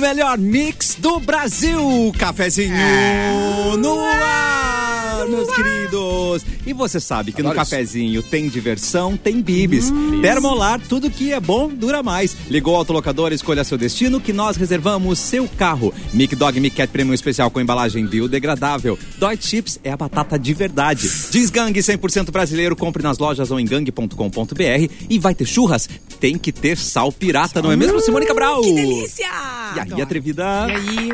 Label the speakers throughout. Speaker 1: melhor mix do Brasil. Cafezinho no ar, meus queridos. E você sabe que no
Speaker 2: Adoro isso.
Speaker 1: cafezinho tem diversão, tem bibis. Termolar, tudo que é bom dura mais. Ligou o autolocador, escolha seu destino que nós reservamos seu carro. Mic Dog Mic Cat Premium Especial com embalagem biodegradável. Dói Chips é a batata de verdade. Diz Gangue 100% brasileiro, compre nas lojas ou em gangue.com.br. E vai ter churras? Tem que ter sal pirata, não é mesmo, Simone Cabral?
Speaker 3: Uh, Que delícia!
Speaker 1: E aí,
Speaker 3: Adoro.
Speaker 1: atrevida.
Speaker 3: E aí,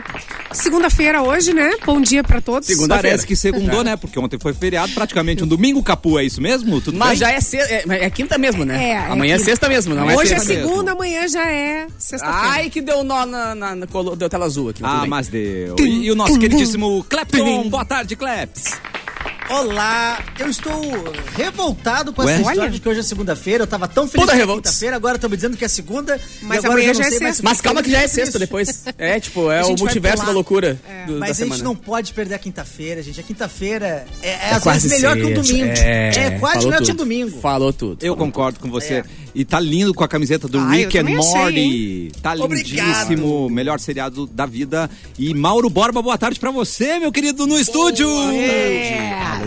Speaker 3: segunda-feira hoje, né? Bom dia pra todos.
Speaker 2: Segunda-
Speaker 1: Parece que segundou, né? Porque ontem foi feriado, praticamente um domingo capu, é isso mesmo? Tudo bem?
Speaker 2: Mas já é, se... é, mas é quinta mesmo, né?
Speaker 3: É, é
Speaker 2: Amanhã é
Speaker 3: quinta.
Speaker 2: sexta mesmo, não é
Speaker 3: hoje é
Speaker 2: sexta.
Speaker 1: mesmo.
Speaker 3: segunda, amanhã já é sexta-feira.
Speaker 2: Ai, que deu nó na, na, na colo- deu tela azul aqui. tudo
Speaker 1: Ah,
Speaker 2: bem.
Speaker 1: mas deu. E, e o nosso queridíssimo Clepton. Boa tarde, Cleps.
Speaker 4: Olá, eu estou revoltado com essa
Speaker 1: Ué?
Speaker 4: história
Speaker 3: Olha.
Speaker 4: de que hoje é segunda-feira. Eu tava tão feliz
Speaker 2: Puta
Speaker 4: que é
Speaker 2: revolta.
Speaker 4: quinta-feira, agora estão me dizendo que é segunda.
Speaker 3: Mas
Speaker 4: e agora
Speaker 3: amanhã
Speaker 4: eu já
Speaker 3: já é
Speaker 4: não sei
Speaker 3: sexta.
Speaker 4: mais se
Speaker 2: Mas calma que já é
Speaker 4: feliz.
Speaker 2: sexta depois. É, tipo, é
Speaker 3: A
Speaker 2: o
Speaker 3: gente vai
Speaker 2: multiverso
Speaker 3: pular.
Speaker 2: da loucura do- da
Speaker 4: É, Mas a gente
Speaker 2: semana.
Speaker 4: não pode perder a quinta-feira, gente. A quinta-feira é, é, às
Speaker 2: quase
Speaker 4: vezes melhor que um
Speaker 2: sexta,
Speaker 4: domingo.
Speaker 2: é.
Speaker 4: quase
Speaker 2: Falou
Speaker 4: melhor que um
Speaker 2: tudo.
Speaker 4: domingo.
Speaker 2: Falou tudo.
Speaker 1: Eu
Speaker 2: falou
Speaker 1: concordo com você.
Speaker 4: É.
Speaker 1: E tá lindo com a camiseta do
Speaker 3: Ah, eu
Speaker 1: Rick and
Speaker 3: também achei,
Speaker 1: Morty.
Speaker 3: hein?
Speaker 1: Tá
Speaker 4: Obrigado.
Speaker 1: lindíssimo. Melhor seriado da vida. E Mauro Borba, boa tarde pra você, meu querido, no estúdio.
Speaker 3: É. Ah,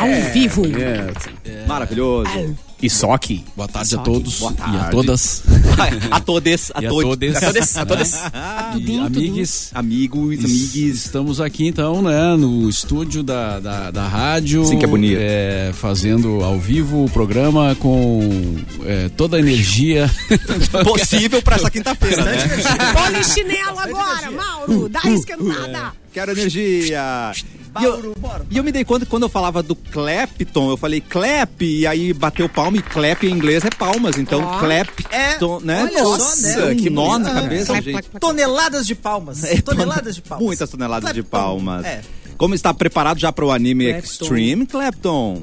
Speaker 3: Ao vivo.
Speaker 1: É. Maravilhoso.
Speaker 3: Ah.
Speaker 2: E só que.
Speaker 5: Boa tarde a todos
Speaker 1: Boa
Speaker 5: e
Speaker 1: tarde.
Speaker 5: a todas.
Speaker 1: a todes, a
Speaker 5: E a
Speaker 1: todes.
Speaker 5: todes.
Speaker 2: A todas. A todas.
Speaker 5: E amigues.
Speaker 1: Amigos, amigues.
Speaker 5: Estamos aqui então, né, no estúdio da, da, da rádio.
Speaker 1: Sim, que é bonito.
Speaker 5: É, fazendo ao vivo o programa com é, toda a energia.
Speaker 1: Possível pra essa quinta-feira, né?
Speaker 3: Polichinelo agora, Mauro. Dá esquentada.
Speaker 1: Quero energia. E eu, e eu me dei conta que quando eu falava do Clapton, eu falei clap, e aí bateu palma, e clap em inglês é palmas, então
Speaker 3: Ó.
Speaker 1: clapton, né?
Speaker 4: É. olha só, né?
Speaker 1: que nó na
Speaker 4: Ah.
Speaker 1: cabeça,
Speaker 3: Clap,
Speaker 1: gente.
Speaker 3: clap, clap.
Speaker 4: Toneladas de palmas.
Speaker 2: É,
Speaker 4: toneladas de palmas.
Speaker 1: Muitas toneladas de
Speaker 4: Clapton.
Speaker 1: palmas.
Speaker 4: É.
Speaker 1: Como está preparado já para o anime
Speaker 4: Clapton.
Speaker 1: Extreme, Clapton?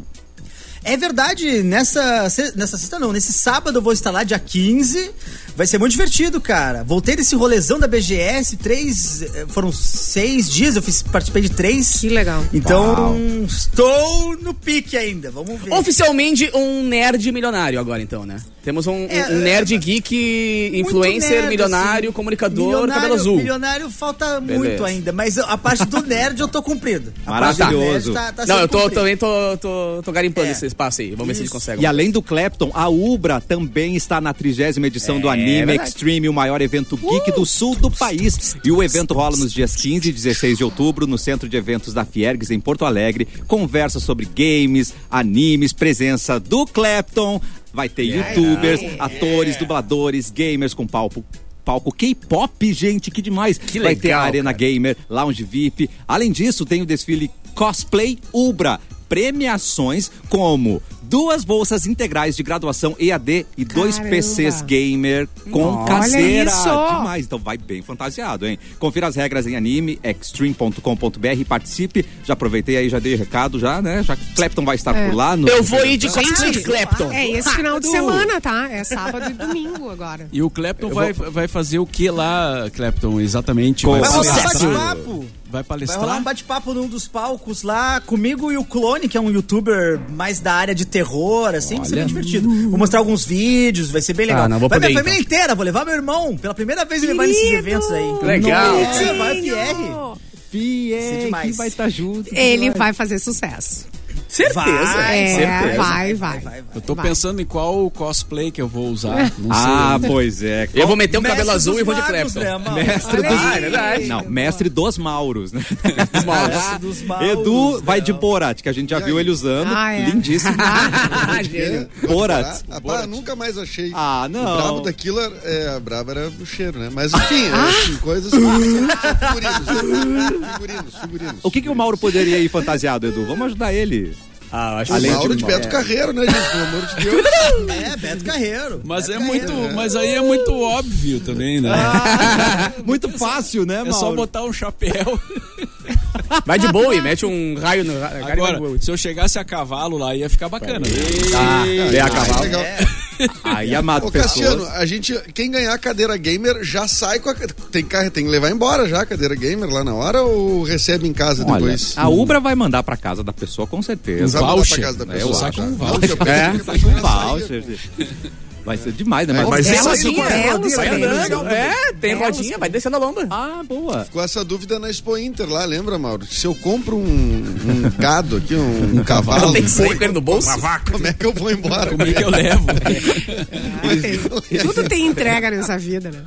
Speaker 4: É verdade, nessa, se- nessa sexta não, nesse sábado eu vou instalar dia 15. Vai ser muito divertido, cara. Voltei desse rolezão da BGS, três. eh, Foram seis dias, eu fiz, participei de três.
Speaker 3: Que legal.
Speaker 4: Então,
Speaker 1: Uau.
Speaker 4: estou no pique ainda. Vamos ver.
Speaker 2: Oficialmente um nerd milionário agora, então, né? Temos um, um-
Speaker 4: É,
Speaker 2: um nerd
Speaker 4: é,
Speaker 2: geek, influencer,
Speaker 4: nerd,
Speaker 2: milionário,
Speaker 4: assim.
Speaker 2: comunicador,
Speaker 4: Milionário-
Speaker 2: cabelo azul.
Speaker 4: Milionário falta muito
Speaker 2: Beleza.
Speaker 4: ainda, mas a parte do nerd eu tô cumprido. A parte
Speaker 1: Maravilhoso.
Speaker 4: do nerd tá, tá
Speaker 2: Não,
Speaker 4: sendo
Speaker 2: eu tô,
Speaker 4: cumprida.
Speaker 2: também tô, tô, tô garimpando
Speaker 4: É.
Speaker 2: esse espaço aí. Vamos ver se a gente
Speaker 4: Isso.
Speaker 2: consegue.
Speaker 1: E além do Clapton, a Ubra também está na trigésima edição do Anime
Speaker 2: É, verdade. Uh!
Speaker 1: Extreme, o maior evento geek do sul do país. E o evento rola nos dias 15 e 16 de outubro no Centro de Eventos da Fiergs, em Porto Alegre. Conversa sobre games, animes, presença do Clapton. Vai ter youtubers,
Speaker 2: É.
Speaker 1: atores, dubladores, gamers com palco. Palco K-pop, gente, que demais!
Speaker 2: Que
Speaker 1: Vai ter a
Speaker 2: legal,
Speaker 1: Arena
Speaker 2: cara.
Speaker 1: Gamer, Lounge VIP. Além disso, tem o desfile Cosplay Ubra. Premiações como duas bolsas integrais de graduação EAD e dois
Speaker 3: Caramba.
Speaker 1: PCs gamer com
Speaker 3: Olha
Speaker 1: caseira.
Speaker 3: isso!
Speaker 1: Demais, então vai bem fantasiado, hein? Confira as regras em anime, extreme.com.br e participe. Já aproveitei aí, já dei recado, já, né? Já que Clapton vai
Speaker 3: É.
Speaker 1: estar por lá. No
Speaker 2: Eu vou ir de Clayton
Speaker 3: Gente,
Speaker 2: de Clapton.
Speaker 3: É esse final de semana, tá? É sábado e domingo agora.
Speaker 5: E o Clapton vai, vai fazer o que lá, Clapton, exatamente?
Speaker 1: Com-
Speaker 4: Vai rolar um
Speaker 1: Palestrar.
Speaker 4: bate-papo.
Speaker 5: Vai
Speaker 4: Vai
Speaker 5: palestrar?
Speaker 4: rolar um bate-papo num dos palcos lá comigo e o Clone, que é um youtuber mais da área de terror, assim, que vai ser bem
Speaker 5: Olha.
Speaker 4: divertido. Vou mostrar alguns vídeos, vai ser bem legal.
Speaker 2: Ah, não vou
Speaker 4: vai
Speaker 2: poder
Speaker 4: minha
Speaker 2: ir,
Speaker 4: família inteira, vou levar meu irmão. Pela primeira vez ele vai nesses
Speaker 3: Querido!
Speaker 4: eventos aí.
Speaker 2: Legal.
Speaker 4: É, vai o Pierre.
Speaker 1: Pierre,
Speaker 4: demais.
Speaker 1: que vai
Speaker 2: tá-
Speaker 1: estar junto.
Speaker 3: Ele vai fazer sucesso.
Speaker 2: Certeza.
Speaker 4: Vai,
Speaker 3: é,
Speaker 2: certeza.
Speaker 3: vai, vai.
Speaker 5: Eu tô
Speaker 3: Vai.
Speaker 5: pensando em qual cosplay que eu vou usar. Não sei.
Speaker 1: Ah, pois é.
Speaker 2: Eu vou meter um
Speaker 4: Mestre
Speaker 2: cabelo azul
Speaker 4: dos
Speaker 2: e vou de
Speaker 4: magos,
Speaker 2: Clapton.
Speaker 4: né, Mauro?
Speaker 1: Mestre
Speaker 3: Olha
Speaker 1: dos...
Speaker 3: aí. Ah, é verdade.
Speaker 1: Não, mestre dos Mauros, né?
Speaker 2: Os maus.
Speaker 4: Mestre dos maus,
Speaker 1: Edu vai
Speaker 4: né?
Speaker 1: de Borat, que a gente já viu ele usando.
Speaker 3: Ah, é.
Speaker 1: Lindíssimo.
Speaker 2: Ah, gênio.
Speaker 1: Borat.
Speaker 6: Ah, pá, nunca mais achei.
Speaker 1: Ah, não. Ah.
Speaker 6: O brabo daquilo era, é, a braba era o cheiro, né? Mas enfim, assim, coisas. são figurinos, né? figurinos, figurinos.
Speaker 1: O que, que o Mauro poderia ir fantasiado, Edu? Vamos ajudar ele.
Speaker 2: Ah, eu acho
Speaker 1: Além
Speaker 6: O
Speaker 1: de
Speaker 6: Mauro de
Speaker 1: um-
Speaker 6: Beto
Speaker 1: é.
Speaker 6: Carreiro, né, gente? Pelo amor de Deus.
Speaker 4: É, Beto Carreiro.
Speaker 5: Mas
Speaker 4: Beto
Speaker 5: é
Speaker 4: Carreiro.
Speaker 5: muito. Mas aí é muito óbvio também, né?
Speaker 1: Muito fácil, né, Mauro?
Speaker 5: É só botar um chapéu.
Speaker 2: Vai de boa e mete um raio no ra- cara
Speaker 5: Agora,
Speaker 2: no Bowie.
Speaker 5: se eu chegasse a cavalo lá, ia ficar bacana.
Speaker 1: Ah,
Speaker 6: Ah,
Speaker 2: cavalo.
Speaker 6: legal.
Speaker 1: aí, amado
Speaker 6: Ô, Cassiano,
Speaker 1: pessoas.
Speaker 6: a gente, quem ganhar a cadeira gamer já sai com a. Tem, ca- tem que levar embora já a cadeira gamer lá na hora ou recebe em casa
Speaker 1: Olha, é um
Speaker 6: depois? Hum.
Speaker 1: a Ubra vai mandar pra casa da pessoa, com certeza.
Speaker 6: Vai mandar pra
Speaker 5: voucher,
Speaker 6: casa da
Speaker 1: né?
Speaker 6: pessoa, tá?
Speaker 1: Eu
Speaker 6: já.
Speaker 5: acho.
Speaker 6: Não, já
Speaker 1: É,
Speaker 6: pensei que a
Speaker 1: sai com
Speaker 6: pessoa ia sair,
Speaker 1: voucher. Vai ser demais, né?
Speaker 6: Mas-
Speaker 1: Mas,
Speaker 6: mas
Speaker 1: ela
Speaker 2: isso aí
Speaker 1: sozinha?
Speaker 2: não
Speaker 3: é rodinha,
Speaker 2: Sai
Speaker 3: Sim.
Speaker 2: andando,
Speaker 3: Legal,
Speaker 2: É, tem
Speaker 3: Legal,
Speaker 2: rodinha, vai descendo a lomba.
Speaker 1: Ah, boa.
Speaker 6: Com essa dúvida na Expo Inter lá, lembra, Mauro? Se eu compro um, um gado aqui, um, um cavalo,
Speaker 2: Tem sangue com ele no bolso.
Speaker 6: como é que eu vou embora?
Speaker 5: Como é que eu levo?
Speaker 3: Tudo tem entrega nessa vida, né?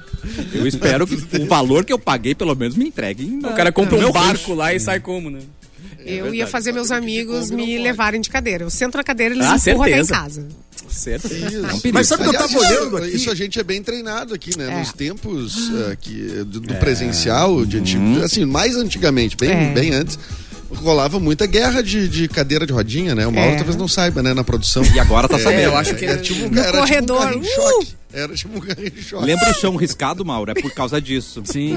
Speaker 1: Eu espero que o valor que eu paguei, pelo menos, me entreguem.
Speaker 2: O cara compra um barco lá e sai como, né?
Speaker 6: É
Speaker 3: Eu ia fazer meus amigos me levarem de cadeira. Eu sento na cadeira, eles
Speaker 2: Ah,
Speaker 3: empurram
Speaker 2: certeza.
Speaker 3: até em casa.
Speaker 2: Certo.
Speaker 6: É Isso.
Speaker 1: perigo.
Speaker 4: Mas sabe o que eu
Speaker 6: Aliás,
Speaker 4: tava olhando
Speaker 6: isso,
Speaker 4: aqui?
Speaker 6: isso a gente é bem treinado aqui, né?
Speaker 3: É.
Speaker 6: Nos tempos eh, que, do, do presencial, de antigo- assim, mais antigamente, bem,
Speaker 3: É.
Speaker 6: bem antes, rolava muita guerra de, de cadeira de rodinha, né? O Mauro
Speaker 3: É.
Speaker 6: talvez não saiba, né, na produção.
Speaker 1: E agora tá
Speaker 2: É,
Speaker 1: sabendo.
Speaker 2: eu acho que é
Speaker 6: era tipo um,
Speaker 3: No
Speaker 6: era
Speaker 3: corredor,
Speaker 6: Tipo um carrinho
Speaker 3: uh!
Speaker 6: choque. Era tipo um carrinho choque.
Speaker 1: Lembra o chão riscado, Mauro? É por causa disso.
Speaker 5: Sim.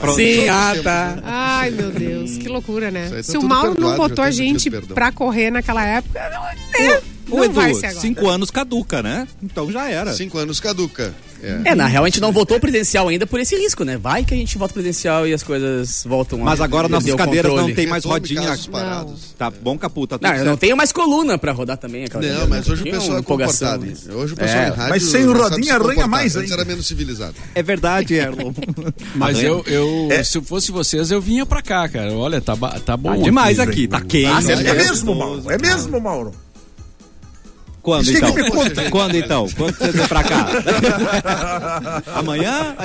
Speaker 1: Pronto.
Speaker 2: Sim, ah, tá.
Speaker 3: Ai, meu Deus, que loucura, né?
Speaker 6: Isso aí tá
Speaker 3: Se o
Speaker 6: tudo
Speaker 3: Mauro não
Speaker 6: perdoado, já
Speaker 3: botou a
Speaker 6: tenho pedido
Speaker 3: gente
Speaker 6: perdão.
Speaker 3: pra correr naquela época, não, né?
Speaker 1: Ô,
Speaker 3: não vai
Speaker 1: Edu,
Speaker 3: ser agora.
Speaker 1: cinco anos caduca, né? Então já era.
Speaker 6: Cinco anos caduca. É.
Speaker 2: É, na real, a gente não voltou presencial ainda por esse risco, né? Vai que a gente volta presencial e as coisas voltam a
Speaker 1: Mas agora
Speaker 2: perder
Speaker 1: nossas
Speaker 2: o
Speaker 1: cadeiras
Speaker 2: controle.
Speaker 1: não tem mais
Speaker 6: Retome
Speaker 1: rodinha.
Speaker 6: casos parados.
Speaker 1: Tá bom, Capu, tá tudo
Speaker 2: Não, eu não
Speaker 1: certo.
Speaker 2: tenho mais coluna pra rodar também. aquela
Speaker 6: Não,
Speaker 2: cadeira,
Speaker 6: mas
Speaker 2: né?
Speaker 6: hoje o
Speaker 2: Tinha
Speaker 6: pessoal
Speaker 2: uma
Speaker 6: é
Speaker 2: empolgação
Speaker 6: comportado.
Speaker 2: nisso.
Speaker 6: Hoje o pessoal
Speaker 2: É,
Speaker 6: em rádio
Speaker 7: mas sem
Speaker 6: não sabe
Speaker 7: rodinha
Speaker 6: se
Speaker 7: arranha
Speaker 6: comportar.
Speaker 7: mais
Speaker 6: Antes
Speaker 7: ainda.
Speaker 6: era menos civilizado.
Speaker 1: É verdade, Erlon.
Speaker 5: Mas
Speaker 1: Arranha.
Speaker 5: eu, eu se eu fosse vocês, eu vinha pra cá, cara. Olha, tá, ba- tá bom.
Speaker 1: Tá demais aqui,
Speaker 5: velho.
Speaker 1: tá quente.
Speaker 2: Ah, certeza.
Speaker 7: É mesmo, Mauro? É mesmo, Mauro?
Speaker 1: Quando
Speaker 7: Chega
Speaker 1: então?
Speaker 7: e me conta.
Speaker 1: Quando então? Quando você vem pra cá? Amanhã?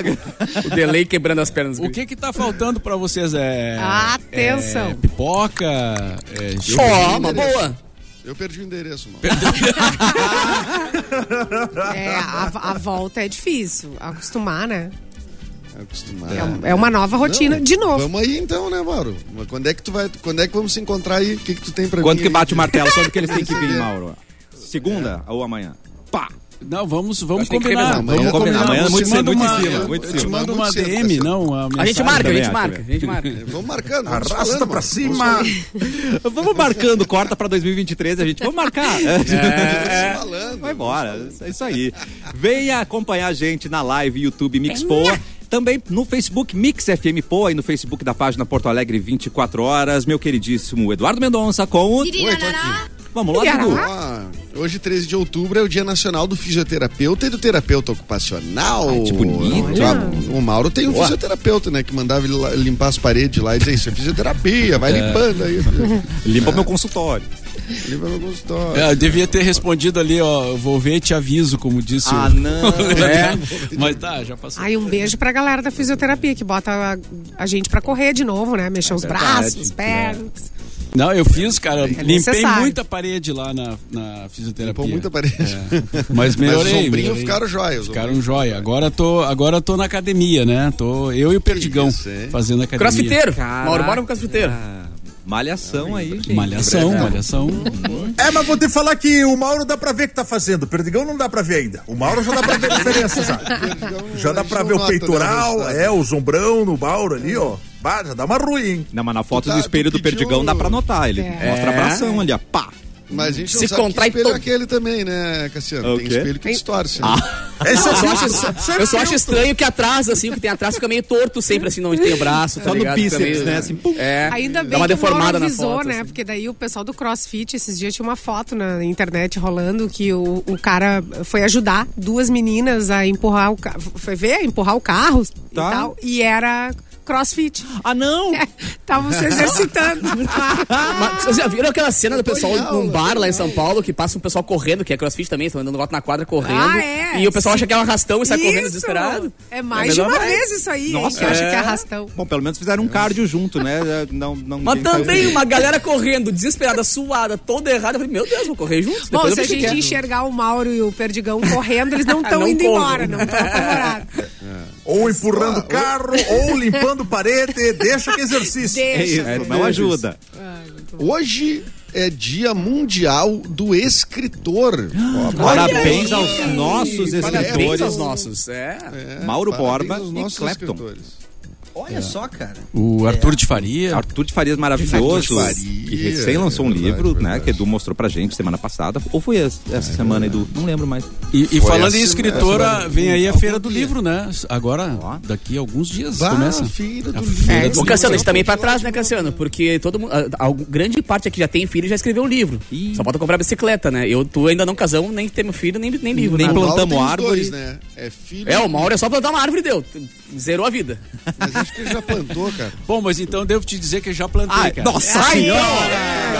Speaker 2: O delay quebrando as pernas.
Speaker 5: O que que tá faltando pra vocês? É.
Speaker 3: Atenção.
Speaker 5: é pipoca? É,
Speaker 2: Ó, uma boa.
Speaker 6: Eu perdi o endereço, mano.
Speaker 3: É, a, a volta é difícil. Acostumar, né?
Speaker 6: Acostumado.
Speaker 3: É, um- é uma nova rotina.
Speaker 6: Não,
Speaker 3: de novo.
Speaker 6: Vamos aí então, né, Mauro? Mas Quando é que tu vai, quando é que vamos se encontrar aí? O que que tu tem pra
Speaker 1: Quando
Speaker 6: mim
Speaker 1: que
Speaker 6: aí?
Speaker 1: bate o martelo? Quando que eles têm que vir, Mauro? Segunda ou amanhã? Pá!
Speaker 5: Não, vamos, vamos
Speaker 2: Acho que tem que
Speaker 5: combinar.
Speaker 2: revezar.
Speaker 6: Amanhã
Speaker 5: Vamos
Speaker 1: combinar.
Speaker 5: combinar.
Speaker 1: Amanhã é
Speaker 5: Você
Speaker 1: muito cedo,
Speaker 5: manda
Speaker 1: muito
Speaker 5: uma-
Speaker 1: em cima, muito em
Speaker 5: Eu te
Speaker 1: cima.
Speaker 5: mando uma
Speaker 6: Muito cedo, tá
Speaker 5: DM,
Speaker 6: cedo.
Speaker 5: não.
Speaker 2: A gente marca, né?
Speaker 5: mensagem
Speaker 2: a
Speaker 5: também,
Speaker 2: gente
Speaker 1: acho,
Speaker 2: marca, a
Speaker 1: velho.
Speaker 2: gente marca.
Speaker 6: É, Vamos marcando. vamos
Speaker 7: Arrasta
Speaker 6: falando,
Speaker 7: pra
Speaker 6: mano.
Speaker 7: cima.
Speaker 1: Então Vamos marcando corta pra 2023, a gente. Vamos marcar!
Speaker 6: Vamos falando.
Speaker 1: É. Vai embora, é isso aí. Venha acompanhar a gente na live YouTube Mix Poa. Também no Facebook Mix FM Poa e no Facebook da página Porto Alegre 24 horas. Meu queridíssimo Eduardo Mendonça com o.
Speaker 6: Oi, tô aqui.
Speaker 1: Vamos lá, Dudu.
Speaker 6: Ó, hoje, 13 de outubro, é o Dia Nacional do Fisioterapeuta e do Terapeuta Ocupacional.
Speaker 1: Ai, que bonito.
Speaker 6: Ah, O Mauro tem um fisioterapeuta, né? Que mandava ele lá- limpar as paredes lá e dizer isso é fisioterapia, vai limpando aí.
Speaker 1: Limpa meu consultório.
Speaker 6: Limpa meu consultório.
Speaker 5: É, eu devia ter respondido ali, ó. eu Vou ver e te aviso, como disse o.
Speaker 1: Ah, não.
Speaker 5: É, mas tá, já passou.
Speaker 3: Aí um beijo pra galera da fisioterapia que bota a, a gente pra correr de novo, né? Mexer os
Speaker 6: É
Speaker 3: braços, os
Speaker 6: né?
Speaker 3: pernas.
Speaker 5: Não, eu fiz,
Speaker 1: É
Speaker 5: cara. limpei
Speaker 3: necessário.
Speaker 5: muita parede lá na, na fisioterapia.
Speaker 6: Limpou muita parede.
Speaker 5: Mas melhorei.
Speaker 6: Mas os ombrinhos
Speaker 5: melhorei.
Speaker 6: ficaram jóia. os
Speaker 5: Ficaram
Speaker 6: ombrinhos.
Speaker 5: jóia. Agora tô, agora tô na academia, né? Tô eu e o Perdigão
Speaker 6: isso, hein?
Speaker 5: fazendo academia.
Speaker 2: Crossfiteiro. Mauro, bora pro crossfiteiro.
Speaker 1: Ah. Malhação aí, gente.
Speaker 5: Malhação, malhação.
Speaker 7: É, mas vou te falar que o Mauro dá pra ver que tá fazendo. O Perdigão não dá pra ver ainda. O Mauro já dá pra ver a diferença, já.
Speaker 6: Então,
Speaker 7: Já
Speaker 6: a
Speaker 7: dá
Speaker 6: gente
Speaker 7: pra
Speaker 6: não
Speaker 7: ver o
Speaker 6: nota, né,
Speaker 7: peitoral,
Speaker 6: resultado.
Speaker 7: é, o sombrão no Mauro ali, ó. Bah, já dá uma ruim, hein?
Speaker 1: Não, mas na foto
Speaker 6: Tu tá-
Speaker 1: do espelho
Speaker 6: tu
Speaker 1: do Perdigão
Speaker 6: pediu-
Speaker 1: dá pra notar. Ele
Speaker 3: É.
Speaker 1: mostra abração ali, ó. Pá!
Speaker 6: Mas a gente não
Speaker 2: Se
Speaker 6: sabe
Speaker 2: contrai
Speaker 6: que
Speaker 2: todo.
Speaker 6: espelho é aquele também, né, Cassiano?
Speaker 1: O
Speaker 6: Tem
Speaker 1: quê?
Speaker 6: espelho que distorce. Né?
Speaker 7: É
Speaker 2: Eu só, acho,
Speaker 7: isso é
Speaker 2: eu só acho
Speaker 7: filtro.
Speaker 2: estranho que atrás, assim, o que tem atrás fica meio torto sempre, assim, onde tem o braço, tá
Speaker 1: Só no
Speaker 2: ligado? Fica
Speaker 1: bíceps,
Speaker 2: meio-
Speaker 1: né, assim, pum.
Speaker 2: É,
Speaker 3: Ainda bem
Speaker 2: dá uma
Speaker 3: que o Mauro
Speaker 2: deformada na
Speaker 3: avisou,
Speaker 2: foto.
Speaker 3: né?
Speaker 2: assim.
Speaker 3: Porque daí o pessoal do CrossFit, esses dias tinha uma foto na internet rolando que o, o cara foi ajudar duas meninas a empurrar o carro. Foi ver? Empurrar o carro e
Speaker 1: Tá.
Speaker 3: tal. E era CrossFit.
Speaker 1: Ah, não!
Speaker 3: É. Estavam se exercitando.
Speaker 2: Mas vocês já viram aquela cena do pessoal
Speaker 6: Foi real,
Speaker 2: num bar lá em São Paulo que passa um pessoal correndo, que é crossfit também, estão andando volta na quadra correndo.
Speaker 3: Ah, é?
Speaker 2: E o pessoal acha que é um arrastão e sai correndo
Speaker 3: Isso!
Speaker 2: desesperado.
Speaker 3: É mais de
Speaker 2: melhor
Speaker 3: uma
Speaker 2: vai.
Speaker 3: vez isso aí,
Speaker 1: Nossa.
Speaker 3: hein? Que acha
Speaker 2: É.
Speaker 3: que é arrastão.
Speaker 1: Bom, pelo menos fizeram um cardio junto, né? Não, não,
Speaker 2: Mas
Speaker 1: ninguém saiu
Speaker 2: também
Speaker 1: dele.
Speaker 2: uma galera correndo, desesperada, suada, toda errada. Eu falei, meu Deus, vou correr junto.
Speaker 3: Bom,
Speaker 2: depois eu
Speaker 3: se a
Speaker 2: vejo o
Speaker 3: gente
Speaker 2: que é.
Speaker 3: enxergar o Mauro e o Perdigão correndo, eles não estão
Speaker 2: Não
Speaker 3: indo
Speaker 2: corram.
Speaker 3: embora, não estão apavorados.
Speaker 7: Ou empurrando carro, ou limpando parede, deixa que exercício.
Speaker 1: É
Speaker 3: Deixa.
Speaker 1: isso, não ajuda.
Speaker 6: Hoje é Dia Mundial do Escritor. Ó,
Speaker 1: Parabéns aos
Speaker 3: né?
Speaker 1: nossos
Speaker 2: Parabéns
Speaker 1: escritores.
Speaker 2: aos nossos. É.
Speaker 6: É,
Speaker 1: Mauro
Speaker 6: parabéns
Speaker 1: Borba
Speaker 6: aos
Speaker 1: e
Speaker 6: nossos
Speaker 1: Clapton.
Speaker 6: escritores.
Speaker 2: É.
Speaker 4: Olha só, cara.
Speaker 1: É.
Speaker 5: O Arthur de Faria.
Speaker 1: Arthur de Farias maravilhoso,
Speaker 6: Arthur de Faria,
Speaker 1: que recém lançou um
Speaker 6: é verdade,
Speaker 1: livro, né,
Speaker 6: verdade. É,
Speaker 1: que Edu mostrou pra gente semana passada, ou foi essa, essa semana, Edu? Não lembro mais.
Speaker 5: E, e
Speaker 6: Foi
Speaker 5: falando em
Speaker 6: essa- essa
Speaker 5: escritora,
Speaker 6: semana.
Speaker 5: vem aí a
Speaker 6: Algum
Speaker 5: Feira do
Speaker 6: dia.
Speaker 5: Livro, né? Agora,
Speaker 1: Ó.
Speaker 5: daqui a alguns dias
Speaker 6: Bah,
Speaker 5: começa.
Speaker 6: Feira do
Speaker 5: A
Speaker 6: Livro.
Speaker 5: Feira do
Speaker 2: Ô,
Speaker 5: Livro.
Speaker 2: É, Cassiano, a gente
Speaker 6: Não,
Speaker 2: também pra
Speaker 6: continua,
Speaker 2: trás, né, Cassiano? Porque todo mundo. a- a- grande parte aqui já tem filho e já escreveu um livro.
Speaker 1: Ih.
Speaker 2: Só falta comprar bicicleta, né? Eu, tu ainda não casamos, nem temos filho, nem, nem livro.
Speaker 1: Nem
Speaker 2: né?
Speaker 6: O Mauro
Speaker 1: plantamos
Speaker 6: tem os
Speaker 1: árvore.
Speaker 6: Dois, né? É filho.
Speaker 2: É, o Mauro é só plantar uma árvore e deu. Zerou a vida.
Speaker 6: Mas acho que ele já plantou, cara.
Speaker 5: Bom, mas então devo te dizer que eu já plantei,
Speaker 1: Ai,
Speaker 5: cara.
Speaker 1: nossa
Speaker 2: Não,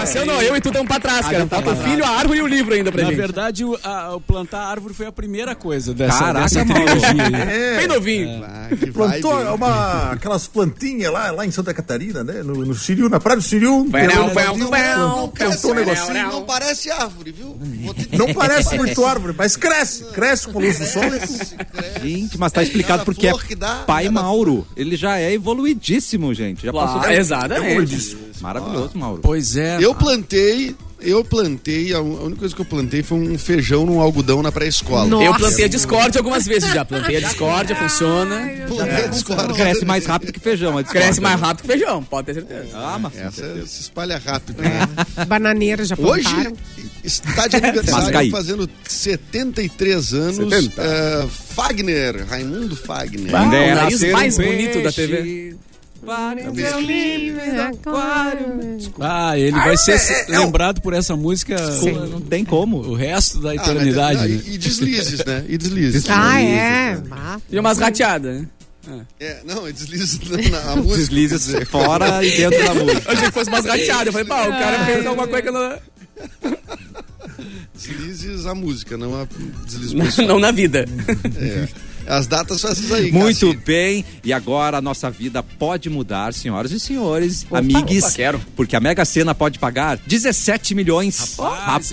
Speaker 2: Cassiano, eu e tu estamos pra trás, cara. Falta o filho, a árvore e o livro ainda pra
Speaker 5: Na
Speaker 2: gente.
Speaker 5: verdade, o, a- o plantar árvore foi a primeira coisa dessa,
Speaker 1: Caraca,
Speaker 5: dessa
Speaker 1: Mauro.
Speaker 5: trilogia aí.
Speaker 7: É,
Speaker 2: Bem novinho.
Speaker 6: Ah, que
Speaker 7: plantou é
Speaker 6: vibe, hein?
Speaker 7: uma, aquelas plantinhas lá, lá em Santa Catarina, né? No, no Siriu, na Praia do Siriu.
Speaker 2: Vai,
Speaker 7: Plantou
Speaker 2: não, vai, não, vai, não.
Speaker 7: um plantou um negocinho.
Speaker 6: assim, Não parece árvore, viu? Vou ter que-
Speaker 7: Não parece muito árvore, mas cresce. Cresce com a luz do sol.
Speaker 6: Cresce, cresce.
Speaker 1: Gente, mas tá explicado
Speaker 6: Cada
Speaker 1: porque é
Speaker 6: É. flor que dá,
Speaker 1: pai
Speaker 6: cada-
Speaker 1: Mauro. Ele já é evoluidíssimo, gente. Já passou.
Speaker 2: Claro, É. exatamente.
Speaker 1: Maravilhoso, Mauro.
Speaker 5: Pois é.
Speaker 6: Eu plantei, eu plantei, a un- a única coisa que eu plantei foi um feijão num algodão na pré-escola.
Speaker 3: Nossa.
Speaker 2: Eu plantei a Discord algumas vezes já. Plantei a Discord, funciona.
Speaker 6: Plantei a escola.
Speaker 1: Cresce mais rápido que feijão. a
Speaker 2: Cresce
Speaker 1: discórdia.
Speaker 2: mais rápido que feijão, pode ter certeza.
Speaker 1: Ah, mas
Speaker 6: Essa é, se espalha rápido. né?
Speaker 3: Bananeira já
Speaker 6: Hoje
Speaker 3: plantaram.
Speaker 6: está de
Speaker 1: Mas cai.
Speaker 6: aniversário, fazendo 73 anos,
Speaker 2: 70.
Speaker 6: eh, Fagner, Raimundo Fagner.
Speaker 2: Ah,
Speaker 1: Ainda
Speaker 2: o
Speaker 1: era
Speaker 2: nariz
Speaker 1: ser
Speaker 2: mais
Speaker 1: um
Speaker 2: bonito da
Speaker 1: peixe.
Speaker 2: TV.
Speaker 5: Ah, ele vai ser lembrado por essa música
Speaker 1: Pô, não tem como.
Speaker 5: o resto da
Speaker 6: Ah, mas-
Speaker 5: eternidade.
Speaker 6: ah,
Speaker 5: né?
Speaker 6: e, e deslizes, né? E deslizes.
Speaker 3: Ah, é. Ah,
Speaker 2: E umas rateadas, né?
Speaker 6: É, não, é deslizes na, na música. quer
Speaker 1: Desliza
Speaker 6: dizer.
Speaker 1: fora e dentro da música.
Speaker 2: Eu achei que fosse umas rateadas. Eu falei, pá, o cara fez alguma coisa né? que eu não.
Speaker 6: Deslizes a música, não a deslizes
Speaker 2: Não,
Speaker 6: pessoal.
Speaker 2: não na vida.
Speaker 6: É. As datas são essas aí,
Speaker 1: Muito
Speaker 6: Cassi.
Speaker 1: bem, e agora a nossa vida pode mudar, senhoras e senhores, amigos.
Speaker 2: opa, quero.
Speaker 1: Porque a Mega Sena pode pagar 17 milhões.
Speaker 5: Rapaz,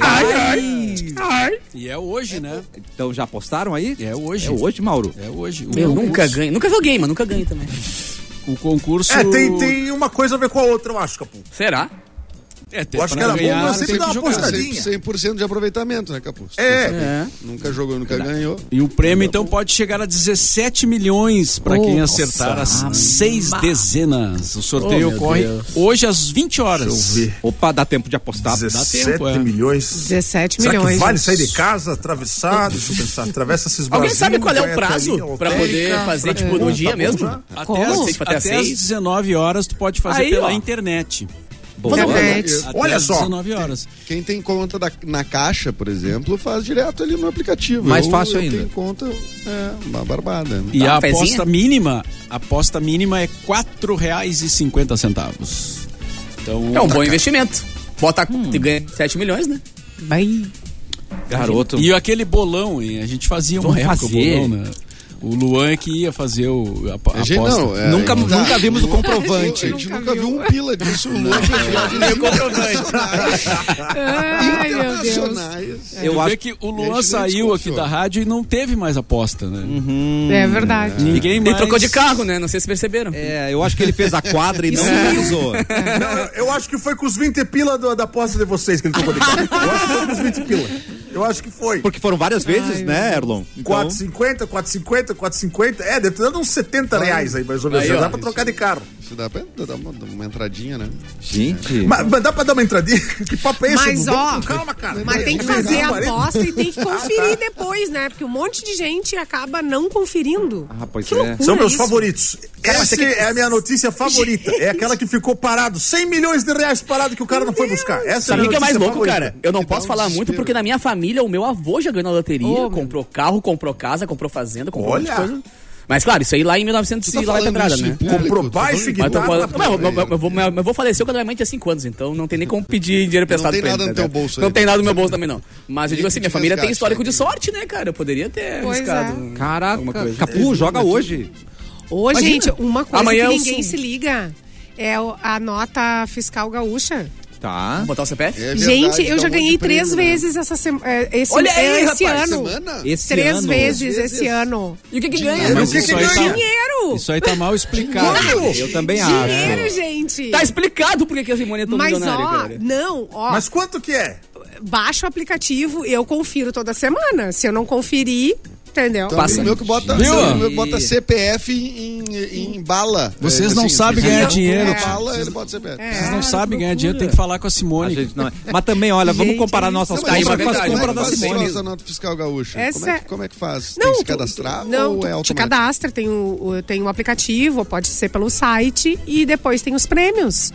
Speaker 5: E é hoje, né?
Speaker 1: Então já apostaram aí?
Speaker 5: É hoje.
Speaker 1: É hoje, Mauro.
Speaker 5: É hoje. O
Speaker 2: Eu nunca
Speaker 5: concurso-
Speaker 2: ganho. Nunca joguei, mas nunca ganho também.
Speaker 5: O concurso.
Speaker 7: É, tem, tem uma coisa a ver com a outra, eu acho, Capu.
Speaker 2: Será?
Speaker 5: É, tem
Speaker 7: Eu acho
Speaker 5: pra
Speaker 7: que era bom,
Speaker 5: ganhar,
Speaker 7: mas sempre
Speaker 5: tem
Speaker 7: dá
Speaker 5: que
Speaker 7: uma
Speaker 5: jogar.
Speaker 7: apostadinha.
Speaker 6: 100% de aproveitamento, né, Capuz?
Speaker 7: É.
Speaker 2: É.
Speaker 6: Nunca jogou, nunca ganhou.
Speaker 5: E o prêmio, então, pode chegar a 17 milhões para quem acertar as seis dezenas. O sorteio
Speaker 2: Oh, meu
Speaker 5: ocorre
Speaker 2: Deus.
Speaker 5: hoje às 20 horas.
Speaker 7: Deixa eu ver.
Speaker 1: Opa, dá tempo de apostar.
Speaker 7: 17
Speaker 5: tempo, é.
Speaker 7: milhões.
Speaker 3: 17
Speaker 7: Será
Speaker 3: milhões.
Speaker 7: que vale
Speaker 3: gente.
Speaker 7: sair de casa, atravessar? Deixa eu pensar. Atravessa esses
Speaker 2: Alguém
Speaker 7: Brasil,
Speaker 2: sabe qual é
Speaker 7: vai
Speaker 2: o
Speaker 7: até
Speaker 2: prazo
Speaker 7: ali, a
Speaker 2: pra
Speaker 7: Alteca,
Speaker 2: poder fazer,
Speaker 7: pra-
Speaker 2: tipo, no
Speaker 7: Bom,
Speaker 2: dia
Speaker 7: tá bom
Speaker 2: mesmo?
Speaker 7: já.
Speaker 5: Até,
Speaker 3: Como?
Speaker 5: as,
Speaker 2: Até
Speaker 5: até
Speaker 2: às
Speaker 5: às
Speaker 2: seis?
Speaker 5: 19 horas tu pode fazer
Speaker 2: Aí,
Speaker 5: pela
Speaker 2: ó.
Speaker 5: internet.
Speaker 1: Boa.
Speaker 3: Internet.
Speaker 5: Até
Speaker 7: Olha
Speaker 5: às
Speaker 7: só.
Speaker 5: 19 horas.
Speaker 6: Quem tem conta da- na caixa, por exemplo, faz direto ali no aplicativo.
Speaker 1: Mais
Speaker 6: Eu-
Speaker 1: fácil
Speaker 6: eu
Speaker 1: ainda.
Speaker 6: Tem conta, é, uma barbada. né?
Speaker 5: E
Speaker 2: Dá
Speaker 5: a
Speaker 2: uma pezinha?
Speaker 5: aposta mínima, a aposta mínima é R$ 4,50. Então,
Speaker 2: É um bom investimento. Bota,
Speaker 3: Hum.
Speaker 2: tu ganha 7 milhões, né?
Speaker 3: Vai.
Speaker 1: Garoto.
Speaker 5: E aquele bolão, hein? A gente fazia uma
Speaker 1: Vamos
Speaker 5: época
Speaker 1: fazer.
Speaker 5: o bolão, né? O Luan é que ia fazer o, a, a
Speaker 6: É,
Speaker 5: aposta.
Speaker 6: gente, não, é,
Speaker 1: Nunca-
Speaker 6: é que
Speaker 1: nunca vimos o comprovante.
Speaker 6: A gente nunca viu um pila disso longe de viagens
Speaker 3: É Ai, meu Deus. É.
Speaker 6: internacionais.
Speaker 1: Eu
Speaker 5: Tu
Speaker 1: acho
Speaker 5: vê que o
Speaker 6: A gente
Speaker 5: Luan
Speaker 6: não
Speaker 5: saiu aqui
Speaker 6: desconfiou.
Speaker 5: da rádio e não teve mais aposta, né?
Speaker 1: Uhum.
Speaker 3: É verdade.
Speaker 5: Ninguém
Speaker 2: Ele
Speaker 5: mais...
Speaker 2: trocou de carro, né? Não sei se perceberam.
Speaker 1: É, eu acho que ele fez a quadra e não realizou.
Speaker 7: Não, eu- eu acho que foi com os 20 pila do- da aposta de vocês que ele tocou de cara. Eu acho que foi com os 20 pila. Eu acho que foi.
Speaker 1: Porque foram várias vezes, né, Erlon? Então,
Speaker 7: 4,50, 4,50, 4,50. É, deve estar dando uns 70 reais aí, mais ou menos.
Speaker 2: Aí, ó.
Speaker 7: dá pra trocar de carro.
Speaker 6: Isso dá pra dar uma, dar uma entradinha, né?
Speaker 1: Gente.
Speaker 7: Mas, mas dá pra dar uma entradinha? Que papo é esse?
Speaker 3: Mas,
Speaker 7: Dudu?
Speaker 3: ó,
Speaker 7: Calma, cara.
Speaker 3: Mas tem que
Speaker 7: Vamos
Speaker 3: fazer
Speaker 7: ligar
Speaker 3: a
Speaker 7: o aparelho.
Speaker 3: aposta e tem que conferir depois, né? Porque um monte de gente acaba não conferindo.
Speaker 1: Ah, pois
Speaker 3: que
Speaker 1: é.
Speaker 3: loucura
Speaker 7: São meus
Speaker 3: isso.
Speaker 7: favoritos. Essa é a minha notícia favorita. É aquela que ficou parado. 100 milhões de reais parado que o cara não foi buscar. Essa é a
Speaker 2: Sabe o
Speaker 7: minha
Speaker 2: que é mais
Speaker 7: notícia
Speaker 2: louco,
Speaker 7: favorita.
Speaker 2: cara? Eu não
Speaker 6: Que dá
Speaker 2: posso
Speaker 6: um
Speaker 2: falar muito
Speaker 6: desespero.
Speaker 2: porque na minha família o meu avô já ganhou na loteria,
Speaker 3: Ô, meu.
Speaker 2: comprou carro, comprou casa, comprou fazenda, comprou um monte de
Speaker 7: Olha.
Speaker 2: coisa. Mas claro, isso aí lá em 1900 e
Speaker 6: tá
Speaker 1: é
Speaker 2: lá vai pra entrada, né?
Speaker 7: Comprou baixo e
Speaker 2: Mas eu tô
Speaker 7: guitarra.
Speaker 2: falando-
Speaker 7: pra-
Speaker 2: Mas eu- mas eu- mas eu vou- mas eu vou falecer quando minha mãe tinha 5 anos, então não tem nem como pedir dinheiro prestado
Speaker 6: tem
Speaker 2: pra
Speaker 6: nada
Speaker 2: ele,
Speaker 6: no
Speaker 2: tá
Speaker 6: teu
Speaker 2: ligado?
Speaker 6: bolso
Speaker 2: Não
Speaker 6: aí.
Speaker 2: tem nada no meu bolso também, não. Mas eu
Speaker 6: Nem
Speaker 2: digo
Speaker 6: que
Speaker 2: assim, minha
Speaker 6: te
Speaker 2: família tem
Speaker 6: resgate,
Speaker 2: histórico
Speaker 6: né?
Speaker 2: de sorte, né, cara? Eu poderia ter
Speaker 3: Pois
Speaker 2: arriscado.
Speaker 3: é.
Speaker 2: um- alguma
Speaker 1: Caraca,
Speaker 2: coisa.
Speaker 1: Capu, joga hoje.
Speaker 3: Ô,
Speaker 2: Imagina.
Speaker 3: gente, uma coisa
Speaker 2: Amanhã
Speaker 3: que
Speaker 2: eu
Speaker 3: ninguém
Speaker 2: sou-
Speaker 3: se liga é o- a nota fiscal gaúcha.
Speaker 1: Tá.
Speaker 2: Vou botar o CPF?
Speaker 6: É verdade,
Speaker 3: gente, eu já
Speaker 6: dá um monte de
Speaker 3: ganhei
Speaker 6: prêmio,
Speaker 3: três
Speaker 6: né?
Speaker 3: vezes essa semana. Esse,
Speaker 2: Olha aí,
Speaker 3: é, esse
Speaker 2: rapaz,
Speaker 3: ano.
Speaker 6: Semana?
Speaker 1: Esse
Speaker 3: Três
Speaker 1: ano-
Speaker 3: vezes
Speaker 6: Vezes.
Speaker 3: esse ano.
Speaker 2: E o que que ganha?
Speaker 5: Mas
Speaker 7: o que
Speaker 5: isso
Speaker 7: que
Speaker 5: aí
Speaker 7: ganha?
Speaker 5: tá-
Speaker 3: Dinheiro!
Speaker 5: Isso aí tá mal explicado.
Speaker 1: Eu também
Speaker 3: Dinheiro,
Speaker 1: acho.
Speaker 3: gente!
Speaker 2: Tá explicado por que que a Simone é tão
Speaker 3: Mas
Speaker 2: milionária,
Speaker 3: ó,
Speaker 2: cara.
Speaker 3: não, ó,
Speaker 7: Mas quanto que é?
Speaker 3: baixa o aplicativo, eu confiro toda semana. Se eu não conferir, Entendeu?
Speaker 6: Então,
Speaker 2: Passa.
Speaker 6: amigo meu que bota,
Speaker 5: Viu?
Speaker 6: amigo meu que bota CPF em, em- em bala.
Speaker 5: Vocês
Speaker 6: É,
Speaker 5: não sabem ganhar
Speaker 6: ele
Speaker 5: dinheiro,
Speaker 6: compra
Speaker 3: tio.
Speaker 6: bala, ele bota CPF.
Speaker 3: É.
Speaker 5: Vocês não sabem ganhar dinheiro, tem que falar com a
Speaker 1: A
Speaker 5: Simone.
Speaker 1: gente não é. Mas também, olha, vamos comparar nossas
Speaker 6: Não,
Speaker 1: compras
Speaker 6: mas isso é
Speaker 1: com as
Speaker 6: verdade.
Speaker 1: compras
Speaker 6: Como
Speaker 1: da
Speaker 6: é que faz
Speaker 1: Simone.
Speaker 6: essa nota fiscal gaúcha?
Speaker 3: Essa-
Speaker 6: Como, é que, como é que faz?
Speaker 3: Não,
Speaker 6: Tem que se
Speaker 3: tu-
Speaker 6: cadastrar
Speaker 3: Não,
Speaker 6: ou é
Speaker 3: tu te
Speaker 6: automático?
Speaker 3: cadastra, tem o, o- tem um aplicativo, pode ser pelo site e depois tem os prêmios.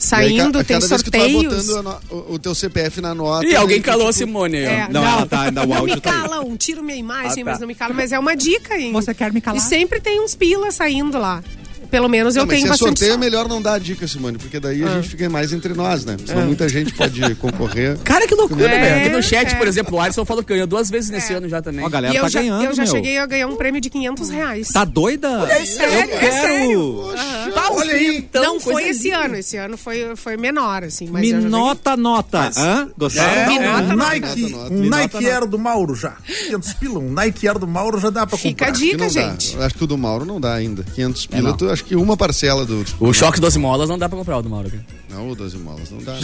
Speaker 6: E aí,
Speaker 3: Saindo,
Speaker 6: ca-
Speaker 3: tá tem
Speaker 6: cada vez que tu vai
Speaker 3: sorteios.
Speaker 6: botando a no- o, o teu CPF na nota.
Speaker 2: Ih, alguém
Speaker 6: ele-
Speaker 2: calou a Simone. aí, ó.
Speaker 3: É,
Speaker 1: Não, ela tá ainda, o
Speaker 3: não me
Speaker 1: áudio tá aí.
Speaker 3: calam, tiro minha imagem,
Speaker 2: Ah, tá.
Speaker 3: mas não me calam. Mas é uma dica, hein?
Speaker 8: Você quer me calar?
Speaker 3: E sempre tem uns pilas saindo lá. Pelo menos eu
Speaker 6: Não, mas
Speaker 3: tenho
Speaker 6: se é
Speaker 3: bastante.
Speaker 6: sorteio, é
Speaker 3: sorte. Ah.
Speaker 6: melhor não dar a dica, Simone, porque daí a gente fica mais entre nós, né? Senão muita gente pode concorrer.
Speaker 2: Cara, que loucura,
Speaker 3: É,
Speaker 2: velho. Aqui no chat,
Speaker 3: é.
Speaker 2: por exemplo, o Alisson falou que ganhou duas vezes nesse ano já também.
Speaker 1: Ó, a galera
Speaker 3: E eu
Speaker 1: tá
Speaker 3: já,
Speaker 1: ganhando,
Speaker 3: eu já
Speaker 1: meu.
Speaker 3: cheguei a ganhar um prêmio de 500 reais.
Speaker 1: Tá doida?
Speaker 3: sério,
Speaker 1: eu
Speaker 3: é
Speaker 1: quero!
Speaker 2: Tá, Olha aí, então.
Speaker 3: não
Speaker 2: coisa
Speaker 3: foi esse
Speaker 2: linda.
Speaker 3: ano, esse ano foi, foi menor, assim. Mas
Speaker 1: Me
Speaker 3: eu já tá- ganhei.
Speaker 1: nota a nota. Hã? Gostaram?
Speaker 7: É,
Speaker 1: Não, né?
Speaker 7: um Nike,
Speaker 6: nota, nota.
Speaker 7: um
Speaker 1: Me nota,
Speaker 7: Nike
Speaker 1: nota.
Speaker 7: Air do Mauro já. 500 pila, um Nike Air do Mauro já dá pra
Speaker 3: Fica a
Speaker 7: comprar.
Speaker 6: Que
Speaker 3: dica,
Speaker 6: não
Speaker 3: gente.
Speaker 6: dá. Acho que o do Mauro não dá ainda. 500 pila, tu- acho que uma parcela do...
Speaker 2: O choque 12 molas não dá pra comprar o do Mauro. cara.
Speaker 6: Não, o 12 molas não dá.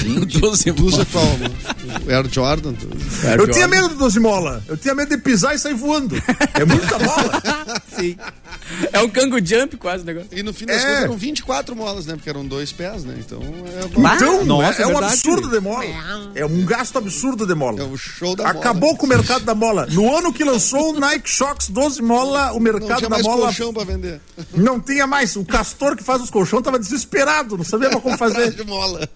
Speaker 5: Doze
Speaker 6: Usa qual? O Air Jordan? tu-
Speaker 7: Eu tinha medo do 12 mola. Eu tinha medo de pisar e sair voando. É muita mola.
Speaker 2: É um cango jump quase o negócio.
Speaker 6: E no fim das
Speaker 7: É.
Speaker 6: contas eram 24 molas, né? Porque eram dois pés, né? Então é, bom.
Speaker 7: Então,
Speaker 1: Nossa,
Speaker 7: é,
Speaker 1: é
Speaker 7: um
Speaker 1: verdade.
Speaker 7: absurdo de mola. É um gasto absurdo de mola.
Speaker 6: é o show da mola.
Speaker 7: Acabou com o mercado da mola. No ano que lançou o Nike Shox 12 mola, o
Speaker 6: Não
Speaker 7: mercado
Speaker 6: tinha
Speaker 7: da
Speaker 6: mais
Speaker 7: mola
Speaker 6: colchão pra vender.
Speaker 7: não tinha mais. O castor que faz os colchão tava desesperado, não sabia mais como fazer.
Speaker 6: De mola.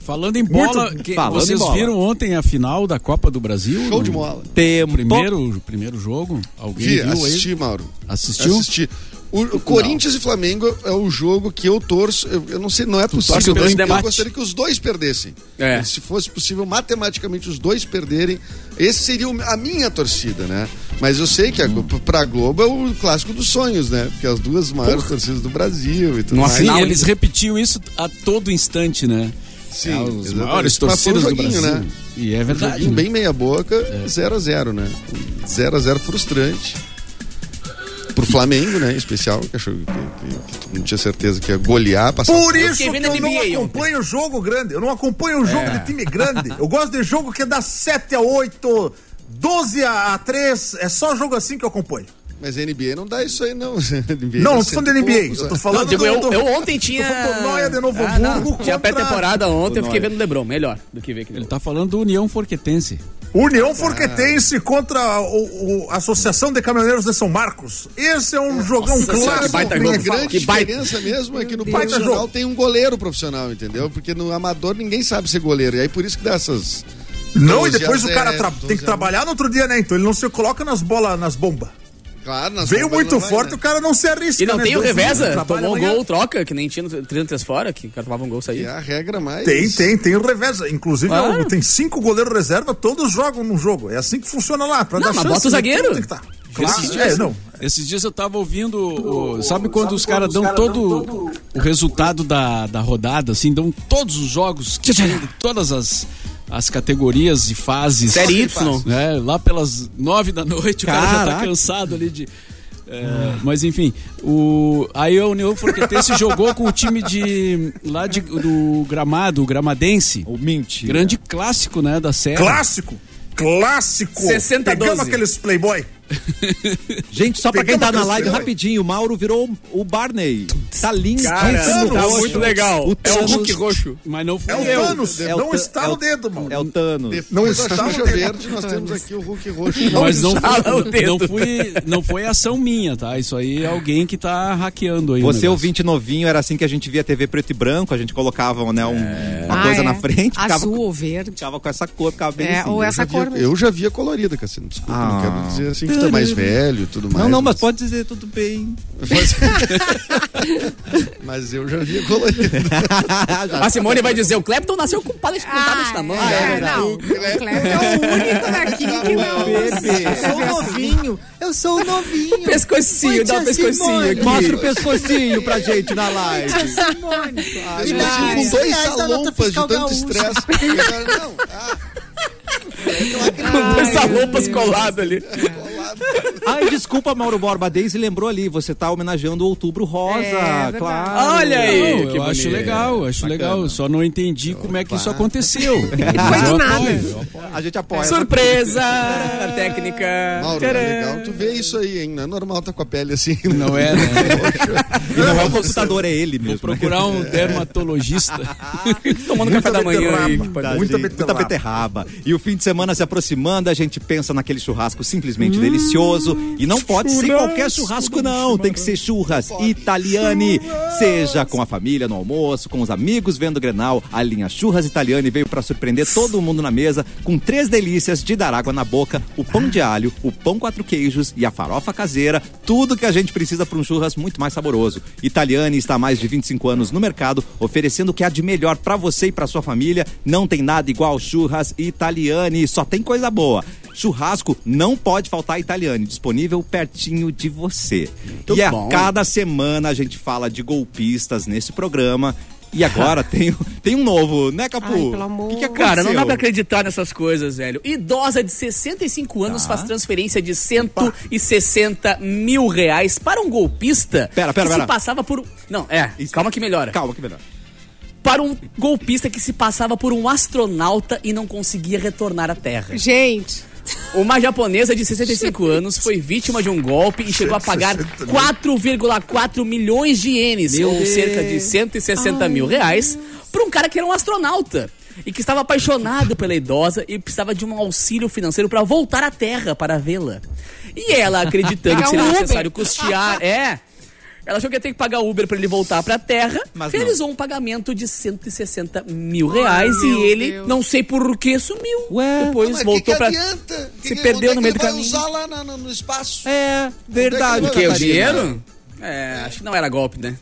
Speaker 5: Falando em bola,
Speaker 1: Muito-
Speaker 5: que-
Speaker 1: falando
Speaker 5: vocês
Speaker 1: em bola.
Speaker 5: viram ontem a final da Copa do Brasil?
Speaker 6: Show de
Speaker 5: No
Speaker 6: mola.
Speaker 1: Tempo.
Speaker 5: Primeiro, primeiro jogo? Alguém
Speaker 6: Um Vi,
Speaker 5: viu
Speaker 6: assisti, Mauro.
Speaker 5: aí? Assistiu?
Speaker 6: Assisti. O, o Corinthians e Flamengo é o jogo que eu torço. Eu, eu não sei, não é
Speaker 2: torce
Speaker 6: possível.
Speaker 2: pelo
Speaker 6: Eu,
Speaker 2: debate.
Speaker 6: gostaria que os dois perdessem.
Speaker 2: É.
Speaker 6: Se fosse possível, matematicamente, os dois perderem. Esse seria o- a minha torcida, né? Mas eu sei que a,
Speaker 2: Hum.
Speaker 6: pra Globo é o clássico dos sonhos, né? Porque as duas maiores torcidas do Brasil e tudo
Speaker 2: Nossa,
Speaker 6: mais.
Speaker 5: Sim,
Speaker 2: Final,
Speaker 5: eles
Speaker 2: hein?
Speaker 5: repetiam isso a todo instante, né?
Speaker 6: Sim,
Speaker 5: É, os
Speaker 6: exatamente.
Speaker 5: maiores
Speaker 6: Mas foi um
Speaker 5: torcidas do
Speaker 6: joguinho,
Speaker 5: Brasil.
Speaker 6: né?
Speaker 5: E é verdade.
Speaker 6: Joguinho
Speaker 5: né?
Speaker 6: bem meia boca,
Speaker 2: É.
Speaker 6: 0x0, né? 0x0 frustrante. Pro Flamengo, né? Em especial, que achou que, que- que não tinha certeza que ia golear, passar.
Speaker 7: Por isso que
Speaker 2: fiquei
Speaker 7: eu
Speaker 2: vendo NBA
Speaker 7: não
Speaker 2: ontem.
Speaker 7: acompanho jogo grande. Eu não acompanho o
Speaker 2: É.
Speaker 7: jogo de time grande. Eu gosto de jogo que dá 7 a 8, 12 a 3. É só jogo assim que eu acompanho.
Speaker 6: Mas NBA não dá isso aí, não. NBA dá
Speaker 7: Não, não tô falando de
Speaker 6: cento e
Speaker 7: NBA.
Speaker 6: poucos,
Speaker 7: Eu
Speaker 6: né?
Speaker 7: tô falando
Speaker 2: não, digo,
Speaker 7: do-
Speaker 2: eu,
Speaker 7: do-
Speaker 2: eu ontem tinha.
Speaker 7: tô falando do Noia de Novo
Speaker 2: Ah, não.
Speaker 7: Hamburgo
Speaker 2: Tinha
Speaker 7: contra-
Speaker 2: pré-temporada ontem, eu fiquei vendo o Lebron. Melhor do que ver aqui.
Speaker 5: Ele tá falando do União Forquetense.
Speaker 2: Ah.
Speaker 7: União Forquetense contra o- o- a Associação de Caminhoneiros de São Marcos. Esse é um jogão
Speaker 2: Senhora,
Speaker 7: clássico.
Speaker 2: que baita
Speaker 7: que
Speaker 2: gol.
Speaker 6: A
Speaker 7: ninguém
Speaker 2: Que
Speaker 7: fala.
Speaker 6: grande
Speaker 2: baita-
Speaker 6: diferença mesmo é que no
Speaker 7: Deus.
Speaker 6: profissional
Speaker 7: Jogo.
Speaker 6: tem um goleiro profissional, entendeu? Porque no amador ninguém sabe ser goleiro. E aí por isso que dá essas.
Speaker 7: Não, e
Speaker 6: 12 a
Speaker 7: depois o cara
Speaker 6: zero,
Speaker 7: tra-
Speaker 6: 12
Speaker 7: tem que
Speaker 6: a um.
Speaker 7: trabalhar no outro dia, né? Então ele não se coloca nas bolas, nas bombas.
Speaker 6: Claro, nas
Speaker 7: Veio
Speaker 6: bombas
Speaker 7: muito
Speaker 6: não vai,
Speaker 7: forte,
Speaker 6: né?
Speaker 7: o cara não se arrisca.
Speaker 2: E não
Speaker 7: né?
Speaker 2: tem o
Speaker 7: Dois minutos,
Speaker 2: Reveza,
Speaker 7: trabalha
Speaker 2: tomou um
Speaker 7: amanhã.
Speaker 2: gol, troca, que nem tinha no 33 fora, que o cara tomava um gol
Speaker 6: E
Speaker 2: saía.
Speaker 6: é a regra mais.
Speaker 7: Tem, tem, tem o Reveza. Inclusive,
Speaker 2: Ah.
Speaker 7: eu- tem cinco goleiros reserva, todos jogam num jogo. É assim que funciona lá. Pra
Speaker 2: Não,
Speaker 7: dar
Speaker 2: mas
Speaker 7: chance,
Speaker 2: bota o
Speaker 7: né?
Speaker 2: zagueiro.
Speaker 7: Tudo Tem que tá. Claro, é, não.
Speaker 5: Esses dias eu tava ouvindo. o- sabe quando os caras dão todo, o resultado da, da rodada, assim, dão todos os jogos, que tem de todas as, as categorias e fases.
Speaker 2: Série Y.
Speaker 5: né? Lá pelas nove da noite, o cara já tá
Speaker 1: Caraca.
Speaker 5: cansado ali de. é, Mas enfim, o, aí a União Forquetense jogou com o time de. lá de, do Gramado, o Gramadense.
Speaker 1: O Mint.
Speaker 5: Grande clássico, né, da
Speaker 2: É.
Speaker 5: série.
Speaker 7: Clássico. Clássico.
Speaker 2: 60 a 12.
Speaker 7: Pegamos aqueles playboy.
Speaker 1: Gente, só pra quem tá
Speaker 7: Pegamos
Speaker 1: na
Speaker 7: aqueles
Speaker 1: live,
Speaker 7: heróis.
Speaker 1: rapidinho, o Mauro virou o Barney. Tá lindo.
Speaker 2: Cara,
Speaker 7: Thanos,
Speaker 2: tá
Speaker 7: roxo.
Speaker 2: muito legal. um
Speaker 1: O
Speaker 2: é o
Speaker 1: Thanos.
Speaker 2: Hulk roxo.
Speaker 5: Mas não foi
Speaker 7: É o
Speaker 5: eu.
Speaker 7: Thanos.
Speaker 1: É o
Speaker 7: não
Speaker 1: Tan-
Speaker 7: está
Speaker 1: é
Speaker 7: no dedo, mano.
Speaker 1: É o Thanos.
Speaker 7: Não
Speaker 6: Não
Speaker 7: está
Speaker 6: está
Speaker 7: no
Speaker 6: Xuxa
Speaker 7: dedo.
Speaker 6: Verde, nós temos aqui o Hulk Roxo.
Speaker 5: Mas não,
Speaker 2: Fala o
Speaker 5: foi,
Speaker 2: dedo.
Speaker 5: não, fui, não foi ação minha, tá? Isso aí é alguém que tá hackeando aí. o
Speaker 1: Você,
Speaker 5: negócio.
Speaker 1: ouvinte novinho, era assim que a gente via TV preto e branco, a gente colocava né, um- uma
Speaker 3: Ah,
Speaker 1: coisa
Speaker 3: é.
Speaker 1: na frente, ficava,
Speaker 3: Azul ou verde.
Speaker 1: ficava com essa cor, ficava bem
Speaker 3: É,
Speaker 1: assim.
Speaker 3: ou essa cor mesmo.
Speaker 6: Eu já via colorida, Cassino. Desculpa,
Speaker 1: Ah.
Speaker 6: não quero dizer assim que tá mais velho e tudo mais.
Speaker 1: Não, não, mas pode dizer tudo bem.
Speaker 6: Mas eu já via colorida.
Speaker 2: A Simone vai dizer: o Clapton nasceu com paleta de
Speaker 3: Ah,
Speaker 2: contadas na mão. né?
Speaker 3: é, não. O Kleber é o único daqui que
Speaker 4: Eu
Speaker 3: não.
Speaker 4: sou novinho. Eu sou novinho.
Speaker 2: Pescocinho, dá um
Speaker 4: Oi, tia
Speaker 2: pescocinho
Speaker 4: Simone.
Speaker 2: aqui.
Speaker 1: Mostra o pescocinho pra gente na live.
Speaker 6: Mas eu
Speaker 4: Reais
Speaker 6: tive com dois
Speaker 4: da nota
Speaker 6: salompas de
Speaker 4: fiscal
Speaker 6: tanto
Speaker 4: gaúcha.
Speaker 6: estresse. Eu já- Não, ah,
Speaker 2: Com duas roupas coladas ali.
Speaker 6: colado. errado.
Speaker 1: Ai, desculpa, Mauro Borba. A Daisy lembrou ali, você tá homenageando o Outubro Rosa,
Speaker 3: É, verdade.
Speaker 1: claro.
Speaker 2: Olha aí,
Speaker 5: eu acho legal, acho legal. Só não entendi
Speaker 2: Então,
Speaker 5: como é que isso aconteceu.
Speaker 3: Foi do nada.
Speaker 1: A gente apoia.
Speaker 2: Surpresa! a técnica.
Speaker 6: Mauro, é
Speaker 2: Tcharam.
Speaker 6: legal tu vê isso aí, hein? Não é normal tá com a pele assim. né?
Speaker 5: Não é, né?
Speaker 1: E não é o computador, é ele mesmo.
Speaker 5: Procurar um dermatologista.
Speaker 2: É. Tomando café da manhã aí.
Speaker 7: beterraba.
Speaker 1: Tadinho,
Speaker 7: Muita
Speaker 1: Muita beterraba. E o fim de semana se aproximando, a gente pensa naquele churrasco simplesmente delicioso. E não pode ser qualquer churrasco, não. Tem que ser churras italiane. Seja com a família no almoço, com os amigos vendo o Grenal, a linha Churras Italiane veio para surpreender todo mundo na mesa com três delícias de dar água na boca: o pão de alho, o pão quatro queijos e a farofa caseira. Tudo que a gente precisa para um churras muito mais saboroso. Italiane está há mais de 25 anos no mercado, oferecendo o que há de melhor para você e para sua família. Não tem nada igual churras Italiane, só tem coisa boa. Churrasco não pode faltar Italiane, disponível pertinho de você. e a
Speaker 2: bom.
Speaker 1: cada semana a gente fala de golpistas nesse programa. E agora tem, tem um novo, né, Capu?
Speaker 3: Ai, pelo amor.
Speaker 1: que que
Speaker 2: Cara, não dá pra
Speaker 1: aconteceu?
Speaker 2: acreditar nessas coisas, velho. Idosa de 65
Speaker 1: Tá.
Speaker 2: anos faz transferência de 160 mil reais para um golpista
Speaker 1: Pera, pera,
Speaker 2: que
Speaker 1: pera.
Speaker 2: se passava por... Não, é,
Speaker 1: Isso.
Speaker 2: calma que melhora.
Speaker 1: Calma, que melhor.
Speaker 2: Para um golpista que se passava por um astronauta e não conseguia retornar à Terra.
Speaker 3: Gente,
Speaker 2: Uma japonesa de 65 anos foi vítima de um golpe e chegou a pagar 4,4 milhões de ienes, ou cerca de 160 mil reais, por um cara que era um astronauta e que estava apaixonado pela idosa e precisava de um auxílio financeiro para voltar à Terra para vê-la. E ela, acreditando que
Speaker 3: Pagar
Speaker 2: seria
Speaker 3: um Uber.
Speaker 2: necessário custear, é. Ela achou que ia ter que pagar Uber para ele voltar para a Terra,
Speaker 1: Mas não.
Speaker 2: realizou um pagamento de 160 mil reais e ele,
Speaker 3: Deus.
Speaker 2: não sei por que, sumiu.
Speaker 1: Ué.
Speaker 2: Depois
Speaker 6: Mas
Speaker 2: voltou
Speaker 6: que que
Speaker 2: pra-
Speaker 6: adianta? Que
Speaker 2: se
Speaker 6: que-
Speaker 2: perdeu
Speaker 6: onde é
Speaker 2: no
Speaker 6: que
Speaker 2: meio
Speaker 6: ele
Speaker 2: do
Speaker 6: vai
Speaker 2: caminho.
Speaker 6: usar lá na- na- no espaço.
Speaker 1: É,
Speaker 6: verdade.
Speaker 1: verdade.
Speaker 2: O que? O
Speaker 6: Catarina.
Speaker 2: dinheiro? É, acho que não era golpe, né?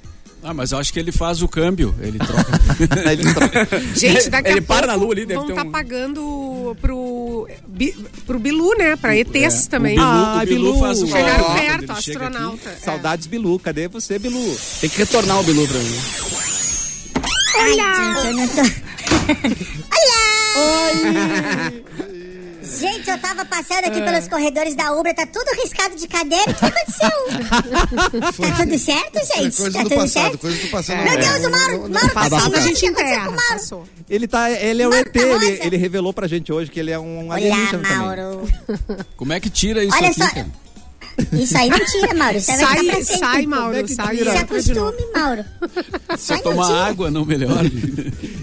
Speaker 5: Ah, mas eu acho que ele faz o câmbio. Ele troca.
Speaker 3: gente, daqui
Speaker 2: Ele
Speaker 3: a pouco
Speaker 2: para na lua ali, deve
Speaker 3: vão
Speaker 2: ter
Speaker 3: tá
Speaker 2: um-
Speaker 3: pagando pro, bi- pro Bilu, né? Pra ETs também.
Speaker 1: Bilu.
Speaker 5: O
Speaker 1: Ah,
Speaker 5: Bilu
Speaker 1: Bilu.
Speaker 5: faz o
Speaker 3: Chegaram
Speaker 5: câmbio quando
Speaker 3: perto,
Speaker 5: ele chega aqui.
Speaker 3: astronauta. É.
Speaker 1: Saudades, Bilu. Cadê você, Bilu?
Speaker 2: Tem que retornar o Bilu pra mim.
Speaker 8: Gente, eu não tô... Oi! Gente, eu tava passando aqui pelos corredores da Ubra, tá tudo riscado de cadeira. O que aconteceu? tá tudo certo, gente?
Speaker 6: É Coisa
Speaker 8: tá
Speaker 6: do
Speaker 8: tudo
Speaker 6: passado,
Speaker 8: certo?
Speaker 6: coisa do passado.
Speaker 8: Meu Deus, o Mauro, Mauro,
Speaker 3: Passado a
Speaker 8: passou.
Speaker 3: gente
Speaker 8: O que aconteceu com
Speaker 3: enterra.
Speaker 8: o Mauro?
Speaker 3: Passou.
Speaker 1: Ele, tá, ele é o
Speaker 8: Mano,
Speaker 1: ET, ele,
Speaker 8: nossa.
Speaker 1: ele revelou pra gente hoje que ele é um
Speaker 8: Olá,
Speaker 1: alienígena também.
Speaker 8: Mauro.
Speaker 5: Como é que tira isso
Speaker 8: Olha
Speaker 5: aqui,
Speaker 8: só.
Speaker 5: cara?
Speaker 8: Isso aí não tira, Mauro. Isso aí vai ficar
Speaker 3: Sai,
Speaker 8: pra sempre.
Speaker 3: sai,
Speaker 1: Como é
Speaker 3: Mauro,
Speaker 1: que
Speaker 3: sai.
Speaker 1: tira?
Speaker 8: Se
Speaker 3: entra de novo.
Speaker 8: acostume, Mauro.
Speaker 5: Só
Speaker 8: Sai, não
Speaker 5: tomar
Speaker 8: tira.
Speaker 5: água não melhora.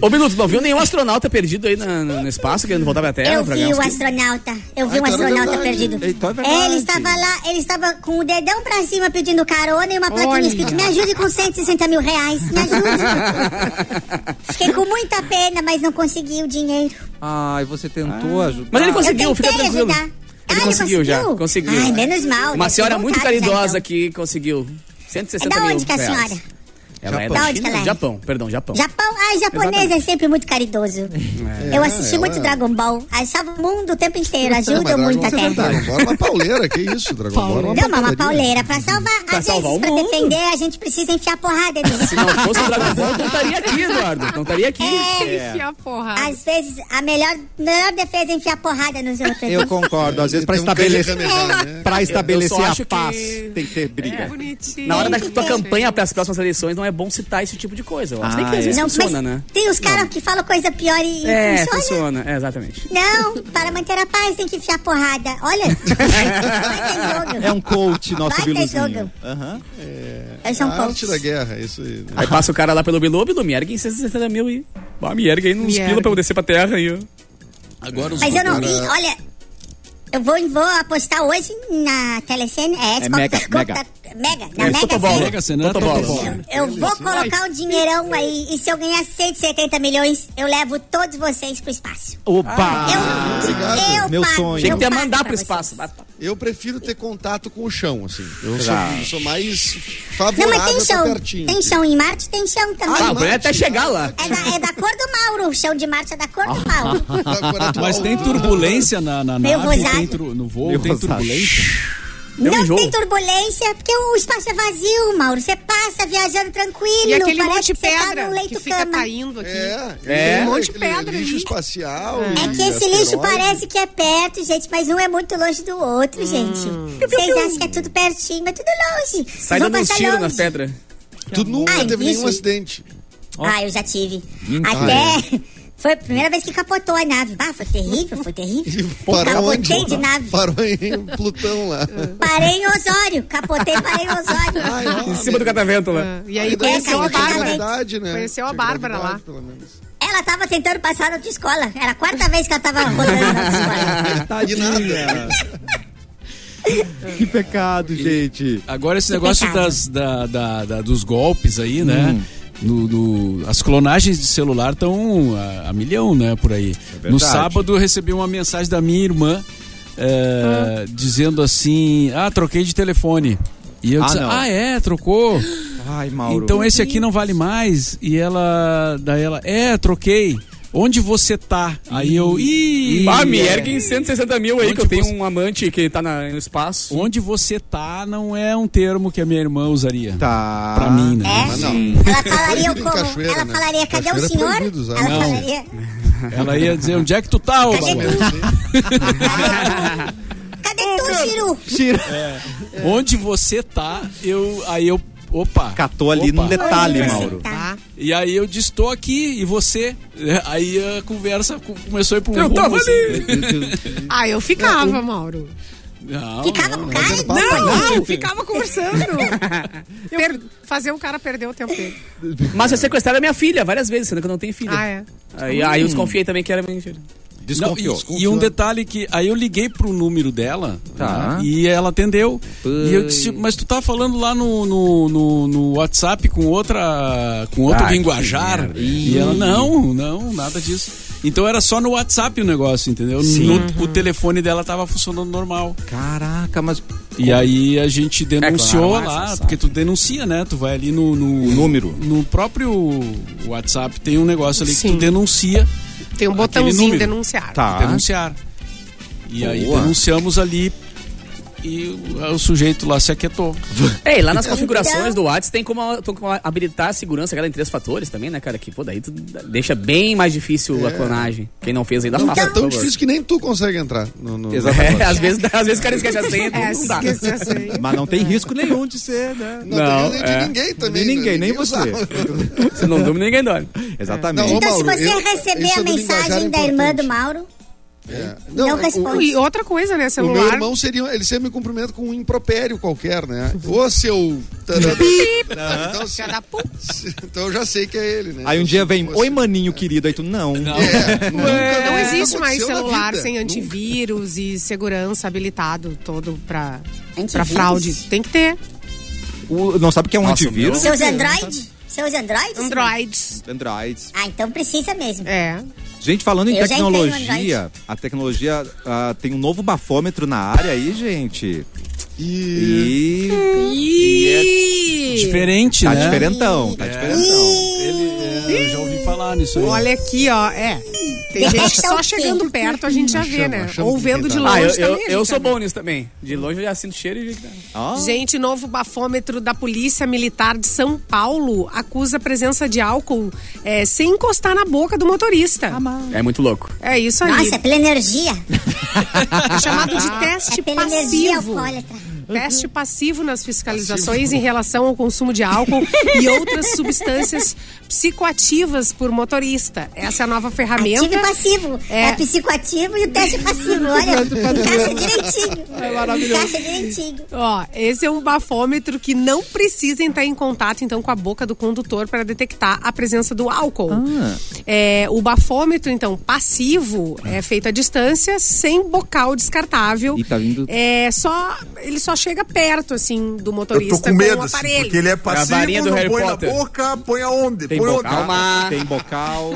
Speaker 2: Ô, Bilu, tu não viu nenhum astronauta perdido aí na- no, no espaço, querendo voltar pra Terra?
Speaker 8: Eu
Speaker 2: pra
Speaker 8: vi
Speaker 2: ganhar
Speaker 8: o
Speaker 2: uns-
Speaker 8: astronauta. Eu vi
Speaker 6: Ah, então
Speaker 8: um
Speaker 6: é
Speaker 8: astronauta
Speaker 6: verdade.
Speaker 8: perdido.
Speaker 1: Então é verdade.
Speaker 8: É, ele estava lá, ele estava com o dedão pra cima pedindo carona e uma plaquinha
Speaker 3: Olha.
Speaker 8: escrito: Me ajude com 160 mil reais, me ajude. Fiquei com muita pena, mas não consegui o dinheiro.
Speaker 1: Ai, Ah, você tentou ajudar.
Speaker 2: Mas ele conseguiu,
Speaker 8: eu
Speaker 2: fica
Speaker 8: tentei
Speaker 2: tranquilo.
Speaker 8: ajudar. Ah,
Speaker 2: Ele conseguiu já, conseguiu.
Speaker 8: Ai, menos mal.
Speaker 2: Uma
Speaker 8: deve
Speaker 2: senhora
Speaker 8: ter
Speaker 2: muito
Speaker 8: voltado já,
Speaker 2: caridosa
Speaker 8: então.
Speaker 2: que conseguiu. 160
Speaker 8: É da
Speaker 2: mil
Speaker 8: onde que a
Speaker 2: reais.
Speaker 8: senhora?
Speaker 2: Ela é
Speaker 8: Da
Speaker 2: da
Speaker 8: onde que ela
Speaker 2: China?
Speaker 8: é?
Speaker 2: Japão, perdão, Japão.
Speaker 8: Japão, ah, japonês é sempre muito caridoso.
Speaker 2: É.
Speaker 8: eu assisti muito Dragon Ball, achava o mundo o tempo inteiro, ajuda muito até.
Speaker 6: Dragon Ball é uma pauleira, que isso, Dragon Ball é uma
Speaker 8: Não, mas uma
Speaker 6: paularia.
Speaker 8: pauleira pra salvar.
Speaker 2: Pra
Speaker 8: Às
Speaker 2: salvar o
Speaker 8: vezes, pra
Speaker 2: mundo.
Speaker 8: defender, a gente precisa enfiar porrada
Speaker 2: Se
Speaker 8: nisso. É,
Speaker 2: não fosse o Dragon Ball, não estaria aqui, Eduardo. Não estaria aqui.
Speaker 3: Enfia a porra.
Speaker 8: Às vezes, a melhor, melhor defesa é enfiar porrada nos outros.
Speaker 2: é,
Speaker 1: Eu concordo. Às vezes, pra
Speaker 6: Tem um
Speaker 1: estabelecer,
Speaker 6: Kamehameha, né?
Speaker 1: pra estabelecer
Speaker 2: Eu só
Speaker 1: a
Speaker 2: acho que-
Speaker 1: paz, tem que ter briga.
Speaker 3: Bonitinho.
Speaker 2: Na hora da
Speaker 8: Tem que
Speaker 2: tua
Speaker 8: ter.
Speaker 2: campanha para as próximas eleições, não é bom citar esse tipo de coisa. Eu acho
Speaker 1: Ah,
Speaker 2: nem que às vezes
Speaker 8: é. Não,
Speaker 2: funciona,
Speaker 8: mas
Speaker 2: né?
Speaker 8: tem os caras que falam coisa pior e
Speaker 2: É,
Speaker 8: funciona.
Speaker 2: funciona. É, exatamente.
Speaker 8: Não, para manter a paz tem que enfiar porrada. Olha, vai ter jogo.
Speaker 1: É um coach, nosso
Speaker 8: Vai ter
Speaker 1: Biluzinho.
Speaker 8: jogo.
Speaker 1: Aham.
Speaker 8: Eu
Speaker 2: Ah,
Speaker 8: sou um
Speaker 6: A arte
Speaker 8: coach.
Speaker 6: da guerra, isso aí. né?
Speaker 2: Aí passa o cara lá pelo Bilu, Bilu, me ergue em 160 mil e... Bah, me ergue aí nos
Speaker 3: Me
Speaker 2: pila
Speaker 3: ergue.
Speaker 2: pra eu descer pra terra aí. ó. um
Speaker 5: Agora os
Speaker 8: Mas eu não vi,
Speaker 2: né?
Speaker 6: Agora-
Speaker 8: olha... Eu vou, vou apostar hoje na Telecena. É,
Speaker 1: É
Speaker 8: qual-
Speaker 1: mega,
Speaker 8: qual-
Speaker 1: mega.
Speaker 8: Mega,
Speaker 2: É,
Speaker 8: na Mega
Speaker 2: Totobola.
Speaker 8: Sena.
Speaker 5: Mega Sena,
Speaker 2: Totobola.
Speaker 5: Totobola.
Speaker 8: Eu vou colocar um dinheirão aí e se eu ganhar 170 milhões, eu levo todos vocês pro espaço. Eu,
Speaker 1: Opa!
Speaker 6: Ah, obrigado.
Speaker 8: eu
Speaker 1: Meu
Speaker 8: pago,
Speaker 1: sonho.
Speaker 8: eu
Speaker 2: Ah, Tinha que ter
Speaker 8: pago
Speaker 2: mandado
Speaker 8: pra
Speaker 2: pro
Speaker 8: vocês.
Speaker 2: espaço. Bah,
Speaker 6: Eu prefiro ter contato com o chão, assim. Eu sou,
Speaker 2: Tá.
Speaker 6: sou mais
Speaker 8: Não,
Speaker 6: favorável
Speaker 8: mas tem
Speaker 6: a tá
Speaker 8: chão.
Speaker 6: pertinho.
Speaker 8: Tem chão em Marte, tem chão também.
Speaker 2: Ah, o problema é até chegar lá.
Speaker 8: é, da, é da cor do Mauro. O chão de Marte é da cor do Mauro.
Speaker 3: Ah,
Speaker 6: Agora tu- é,
Speaker 5: Mas tem turbulência na, na
Speaker 8: Meu
Speaker 5: nave,
Speaker 8: rosado.
Speaker 5: tem tru- no voo,
Speaker 1: Meu
Speaker 5: tem
Speaker 1: rosado.
Speaker 5: turbulência.
Speaker 3: um
Speaker 2: Deu
Speaker 8: não
Speaker 2: enjoo.
Speaker 8: tem turbulência, porque o espaço é vazio, Mauro. Você passa viajando tranquilo,
Speaker 3: E aquele
Speaker 8: parece
Speaker 3: monte de
Speaker 8: que você tá
Speaker 3: pedra
Speaker 8: num
Speaker 3: que
Speaker 8: leito
Speaker 3: fica
Speaker 8: cama.
Speaker 3: caindo aqui.
Speaker 6: É,
Speaker 2: É.
Speaker 6: tem
Speaker 3: Um monte de
Speaker 6: aquele
Speaker 3: pedra
Speaker 6: lixo
Speaker 3: ali.
Speaker 6: espacial.
Speaker 8: É que esse lixo parece que é perto, gente, mas um é muito longe do
Speaker 6: Hum.
Speaker 8: outro, gente. Vocês acham que é tudo pertinho, mas tudo longe.
Speaker 2: Sai
Speaker 8: Vocês vão
Speaker 2: dando uns
Speaker 6: um
Speaker 8: passar
Speaker 2: tiros
Speaker 8: longe.
Speaker 2: nas pedras.
Speaker 6: Tu nunca
Speaker 8: Ai,
Speaker 6: teve nenhum
Speaker 8: isso.
Speaker 6: acidente.
Speaker 8: Ah, eu já tive.
Speaker 6: Hum, tá
Speaker 8: Até. Foi a primeira vez que capotou a nave. Ah, foi terrível, foi terrível.
Speaker 6: Parou
Speaker 8: capotei
Speaker 6: onde?
Speaker 8: de nave.
Speaker 6: Parou em Plutão lá.
Speaker 8: Parei em Osório. Capotei, parei em Osório.
Speaker 6: Ai,
Speaker 2: Em
Speaker 6: ó,
Speaker 2: cima do
Speaker 6: né?
Speaker 2: catavento lá.
Speaker 3: Ah, E aí
Speaker 8: daí
Speaker 3: conheceu
Speaker 8: caiu
Speaker 3: a
Speaker 8: na
Speaker 3: Bárbara.
Speaker 6: Gravidade, né?
Speaker 3: Conheceu a
Speaker 6: Tinha
Speaker 3: Bárbara
Speaker 6: gravidade,
Speaker 3: lá.
Speaker 6: pelo menos.
Speaker 8: Ela tava tentando passar na autoescola. Era a quarta vez que ela tava rodando na autoescola.
Speaker 6: Ah,
Speaker 1: Tadinha. que pecado, gente.
Speaker 5: Agora esse
Speaker 8: Que
Speaker 5: negócio
Speaker 8: pecado.
Speaker 5: das, da, da- da- dos golpes aí, né?
Speaker 1: Hum.
Speaker 5: No, no- as clonagens de celular estão a, a milhão, né? Por aí. no
Speaker 1: É verdade.
Speaker 5: sábado eu recebi uma mensagem da minha irmã
Speaker 8: Ah.
Speaker 5: é, dizendo assim: Ah, troquei de telefone. E eu
Speaker 1: Ah,
Speaker 5: disse:
Speaker 1: não.
Speaker 5: Ah, é, trocou.
Speaker 1: Ai, Mauro.
Speaker 5: Então esse aqui não vale mais. E ela, daí ela, é, troquei. Onde você tá? Aí eu, ih!
Speaker 2: Ah, me ergue em 160 mil aí,
Speaker 5: Onde
Speaker 2: que eu tenho
Speaker 5: você-
Speaker 2: um amante que tá na- no espaço.
Speaker 5: Onde você tá não é um termo que a minha irmã usaria.
Speaker 1: tá.
Speaker 5: Pra mim, né?
Speaker 8: É?
Speaker 6: Mas não.
Speaker 8: Ela falaria
Speaker 6: Proibido em
Speaker 8: como?
Speaker 6: cachoeira,
Speaker 8: ela
Speaker 6: né?
Speaker 8: falaria, cadê
Speaker 6: Cachoeira é
Speaker 8: o senhor?
Speaker 6: proibido usar.
Speaker 8: Ela
Speaker 5: Não.
Speaker 8: falaria,
Speaker 5: Ela ia dizer, onde é que tu tá, ô
Speaker 8: cadê
Speaker 5: babá?
Speaker 8: tu? cadê tu, Chiru?
Speaker 5: Onde você tá, eu. Aí eu. Opa!
Speaker 1: Catou ali
Speaker 5: Opa.
Speaker 1: num detalhe,
Speaker 8: Onde você
Speaker 1: Mauro.
Speaker 8: tá?
Speaker 5: E aí eu disse, tô aqui, e você? É, Aí a conversa co- começou a ir pra um
Speaker 2: Eu
Speaker 5: rumo,
Speaker 2: tava
Speaker 5: assim.
Speaker 2: ali.
Speaker 3: Ah, eu ficava, Mauro.
Speaker 5: Não,
Speaker 8: Ficava
Speaker 5: não,
Speaker 8: com o
Speaker 5: não.
Speaker 8: cara?
Speaker 3: Não, eu ficava conversando. Per- Fazer o cara perder o tempo dele.
Speaker 2: Mas já sequestraram a minha filha várias vezes, sendo que eu não tenho filha.
Speaker 3: Ah, é.
Speaker 2: Aí, aí eu desconfiei também que era mentira.
Speaker 5: Não, e- e, um detalhe que. Aí eu liguei pro número dela
Speaker 1: Tá.
Speaker 5: né, e ela atendeu. E eu disse, mas tu tá falando lá no, no, no- no WhatsApp com outra. com outro
Speaker 1: Ah, que
Speaker 5: linguajar.
Speaker 1: merda.
Speaker 5: E ela, não, não, nada disso. Então era só no WhatsApp o negócio, entendeu?
Speaker 1: Uhum.
Speaker 5: No- o telefone dela tava funcionando normal.
Speaker 1: Tá Caraca, mas
Speaker 5: E aí a
Speaker 1: É,
Speaker 5: gente denunciou
Speaker 2: claro,
Speaker 5: lá,
Speaker 2: mas,
Speaker 5: porque tu denuncia, né? Tu vai ali no, no
Speaker 1: número.
Speaker 5: No próprio WhatsApp tem um negócio ali que
Speaker 3: Sim.
Speaker 5: tu denuncia
Speaker 3: Tem um
Speaker 5: Aquele
Speaker 3: botãozinho
Speaker 5: número.
Speaker 3: denunciar.
Speaker 1: tá.
Speaker 5: denunciar. E aí
Speaker 1: Boa.
Speaker 5: denunciamos ali e o, o sujeito lá se aquietou.
Speaker 2: É, e lá
Speaker 3: Então,
Speaker 2: nas configurações do WhatsApp tem como, tem como habilitar a segurança aquela em três fatores também, né, cara? Que, pô, daí tu deixa bem mais difícil a clonagem. Quem não fez ainda,
Speaker 6: É. Não,
Speaker 2: faça,
Speaker 6: tá
Speaker 2: por
Speaker 6: tão
Speaker 2: favor.
Speaker 6: difícil que nem tu consegue entrar. No, no...
Speaker 2: É, às vezes, às vezes o cara esquece a senha,
Speaker 3: É,
Speaker 2: não
Speaker 3: se
Speaker 2: dá.
Speaker 3: esquecer assim.
Speaker 1: Mas não tem risco nenhum de ser, né?
Speaker 6: Não,
Speaker 2: Não,
Speaker 6: tem
Speaker 2: é.
Speaker 6: de ninguém também.
Speaker 1: nem ninguém,
Speaker 6: né?
Speaker 1: nem você.
Speaker 6: usava.
Speaker 2: Se não dorme, ninguém dorme.
Speaker 1: É. Exatamente.
Speaker 6: Não, ô,
Speaker 8: Então,
Speaker 6: Mauro,
Speaker 8: se você
Speaker 6: eu-
Speaker 8: receber
Speaker 6: isso é
Speaker 8: a
Speaker 6: do linguajar
Speaker 8: mensagem da irmã do
Speaker 6: importante.
Speaker 8: Mauro,
Speaker 6: É.
Speaker 8: Não
Speaker 6: o-
Speaker 8: responde.
Speaker 3: E outra coisa, né?
Speaker 6: O meu
Speaker 3: Celular.
Speaker 6: irmão seria. Ele sempre me cumprimenta com um impropério qualquer, né? Ô seu. tarará. Ah, Então, se-
Speaker 3: Filha da puta.
Speaker 6: se- então eu já sei que é ele, né?
Speaker 1: Aí um
Speaker 6: Se
Speaker 1: dia vem,
Speaker 6: fosse-
Speaker 1: oi maninho querido, aí tu não.
Speaker 6: É,
Speaker 3: Não
Speaker 6: nunca- nunca
Speaker 3: existe mais
Speaker 6: aconteceu na
Speaker 3: celular
Speaker 6: vida.
Speaker 3: sem antivírus e segurança habilitado todo pra, pra
Speaker 8: Antivírus?
Speaker 3: fraude. Tem que ter.
Speaker 1: O- não sabe o que é um
Speaker 2: Nossa,
Speaker 1: antivírus?
Speaker 8: seus Android? Seus Androids?
Speaker 3: Androids.
Speaker 1: Androids.
Speaker 8: Ah, então precisa mesmo.
Speaker 3: É.
Speaker 1: Gente, falando em
Speaker 8: Eu já entrei no
Speaker 1: tecnologia, a tecnologia ah, tem um novo bafômetro na área aí, gente.
Speaker 6: E...
Speaker 1: E.
Speaker 3: Ih!
Speaker 5: Diferente,
Speaker 1: Tá
Speaker 5: né?
Speaker 1: diferentão, tá diferentão.
Speaker 5: Ele, é, eu já ouvi falar nisso aí.
Speaker 3: Olha aqui, ó. É. Tem gente que só chegando perto a gente já vê, né?
Speaker 6: achamos
Speaker 3: Ou
Speaker 6: que
Speaker 3: vendo de
Speaker 6: tem
Speaker 3: longe
Speaker 2: Ah, eu, eu,
Speaker 3: também. a
Speaker 2: eu
Speaker 3: gente né?
Speaker 2: sou
Speaker 3: já vê.
Speaker 2: bom nisso também. De longe eu já sinto cheiro e...
Speaker 1: Ó,
Speaker 3: Gente, novo bafômetro da Polícia Militar de São Paulo acusa a presença de álcool é, sem encostar na boca do motorista.
Speaker 2: É muito louco.
Speaker 3: Ah, É isso aí.
Speaker 8: Nossa, é pela energia.
Speaker 3: É chamado de
Speaker 8: É
Speaker 3: teste
Speaker 8: pela energia
Speaker 3: passivo. Uhum.
Speaker 8: alcoólatra.
Speaker 3: Teste passivo nas fiscalizações em relação ao consumo de álcool e outras substâncias psicoativas por motorista. Essa é a nova ferramenta.
Speaker 8: Ativo e passivo.
Speaker 3: É.
Speaker 8: É. psicoativo e o teste é passivo. Olha, encaixa direitinho. É maravilhoso. Encaixa direitinho.
Speaker 3: Ó, esse é um bafômetro que não precisa entrar em contato então com a boca do condutor para detectar a presença do álcool. É, o bafômetro então passivo é feito à distância, sem bocal descartável.
Speaker 1: E tá vindo-
Speaker 3: É só ele só chega perto assim do
Speaker 7: Eu
Speaker 3: motorista
Speaker 7: tô com medo,
Speaker 3: o
Speaker 7: assim,
Speaker 3: aparelho.
Speaker 7: porque ele é passivo,
Speaker 2: varinha do
Speaker 7: não
Speaker 2: Harry
Speaker 7: põe
Speaker 2: Potter.
Speaker 7: na boca, põe aonde?
Speaker 1: Tem
Speaker 7: põe
Speaker 1: bocal,
Speaker 7: onde?
Speaker 2: Calma.
Speaker 1: tem bocal.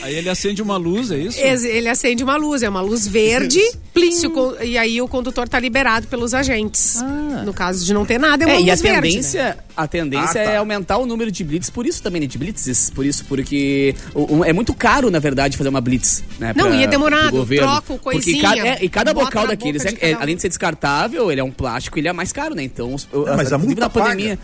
Speaker 5: Aí ele acende uma luz, é isso?
Speaker 3: Ex- Ele acende uma luz, é uma luz verde. Plim. Se o con- e aí o condutor tá liberado pelos agentes. No caso de não ter nada, é uma
Speaker 2: É,
Speaker 3: luz
Speaker 2: e a
Speaker 3: verde, né?
Speaker 2: tendência, a tendência
Speaker 7: Ah, tá.
Speaker 2: é aumentar o número de blitz por isso também, né? De blitzes, por isso, porque o- o- é muito caro, na verdade, fazer uma blitz, né?
Speaker 3: Não,
Speaker 2: pra-
Speaker 3: e é demorado,
Speaker 2: pro governo.
Speaker 3: troca o
Speaker 2: Porque
Speaker 3: coisinha,
Speaker 2: cada- é, e cada
Speaker 3: bota
Speaker 2: bocal
Speaker 3: na
Speaker 2: daqueles,
Speaker 3: boca
Speaker 2: é-
Speaker 3: de cada
Speaker 2: é-
Speaker 3: um.
Speaker 2: além de ser descartável, ele é um plástico ele é mais caro, né? Então, os-
Speaker 7: É, mas a
Speaker 2: inclusive
Speaker 7: multa
Speaker 2: na
Speaker 7: paga.
Speaker 2: pandemia.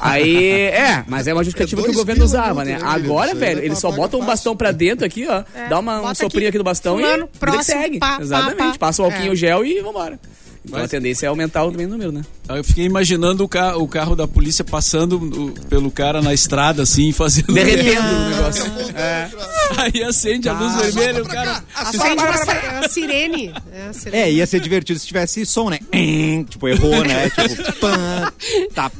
Speaker 2: Aí, é, mas é uma justificativa
Speaker 6: É
Speaker 2: que o
Speaker 6: dois
Speaker 2: governo
Speaker 6: pila
Speaker 2: usava,
Speaker 6: multa,
Speaker 2: né?
Speaker 6: né, Lilian?
Speaker 2: Agora,
Speaker 6: Isso aí
Speaker 2: velho,
Speaker 7: é
Speaker 6: dá
Speaker 2: eles
Speaker 6: pra
Speaker 2: só
Speaker 6: pagar
Speaker 2: botam um
Speaker 6: fácil.
Speaker 2: bastão pra dentro aqui, ó.
Speaker 3: É,
Speaker 2: dá uma, um
Speaker 3: bota
Speaker 2: soprinho
Speaker 3: aqui,
Speaker 2: aqui do bastão
Speaker 3: fulano,
Speaker 2: e
Speaker 3: próximo,
Speaker 2: segue.
Speaker 3: pá, pá,
Speaker 2: Exatamente.
Speaker 3: pá.
Speaker 2: Passa o alquinho
Speaker 3: É.
Speaker 2: o gel e vambora. Então
Speaker 5: Mas-
Speaker 2: a tendência é aumentar o também o número, né?
Speaker 5: Aí Eu fiquei imaginando o, ca- o carro da polícia passando no- pelo cara na estrada, assim, fazendo.
Speaker 2: Derretendo
Speaker 3: Ah.
Speaker 2: o negócio.
Speaker 1: É.
Speaker 5: Aí acende a luz vermelha e o cara.
Speaker 7: Ah,
Speaker 3: Acende uma si- a sirene. É, a sirene.
Speaker 1: É, ia ser divertido se tivesse som, né? Tipo, errou, né? Tipo, pã, tá.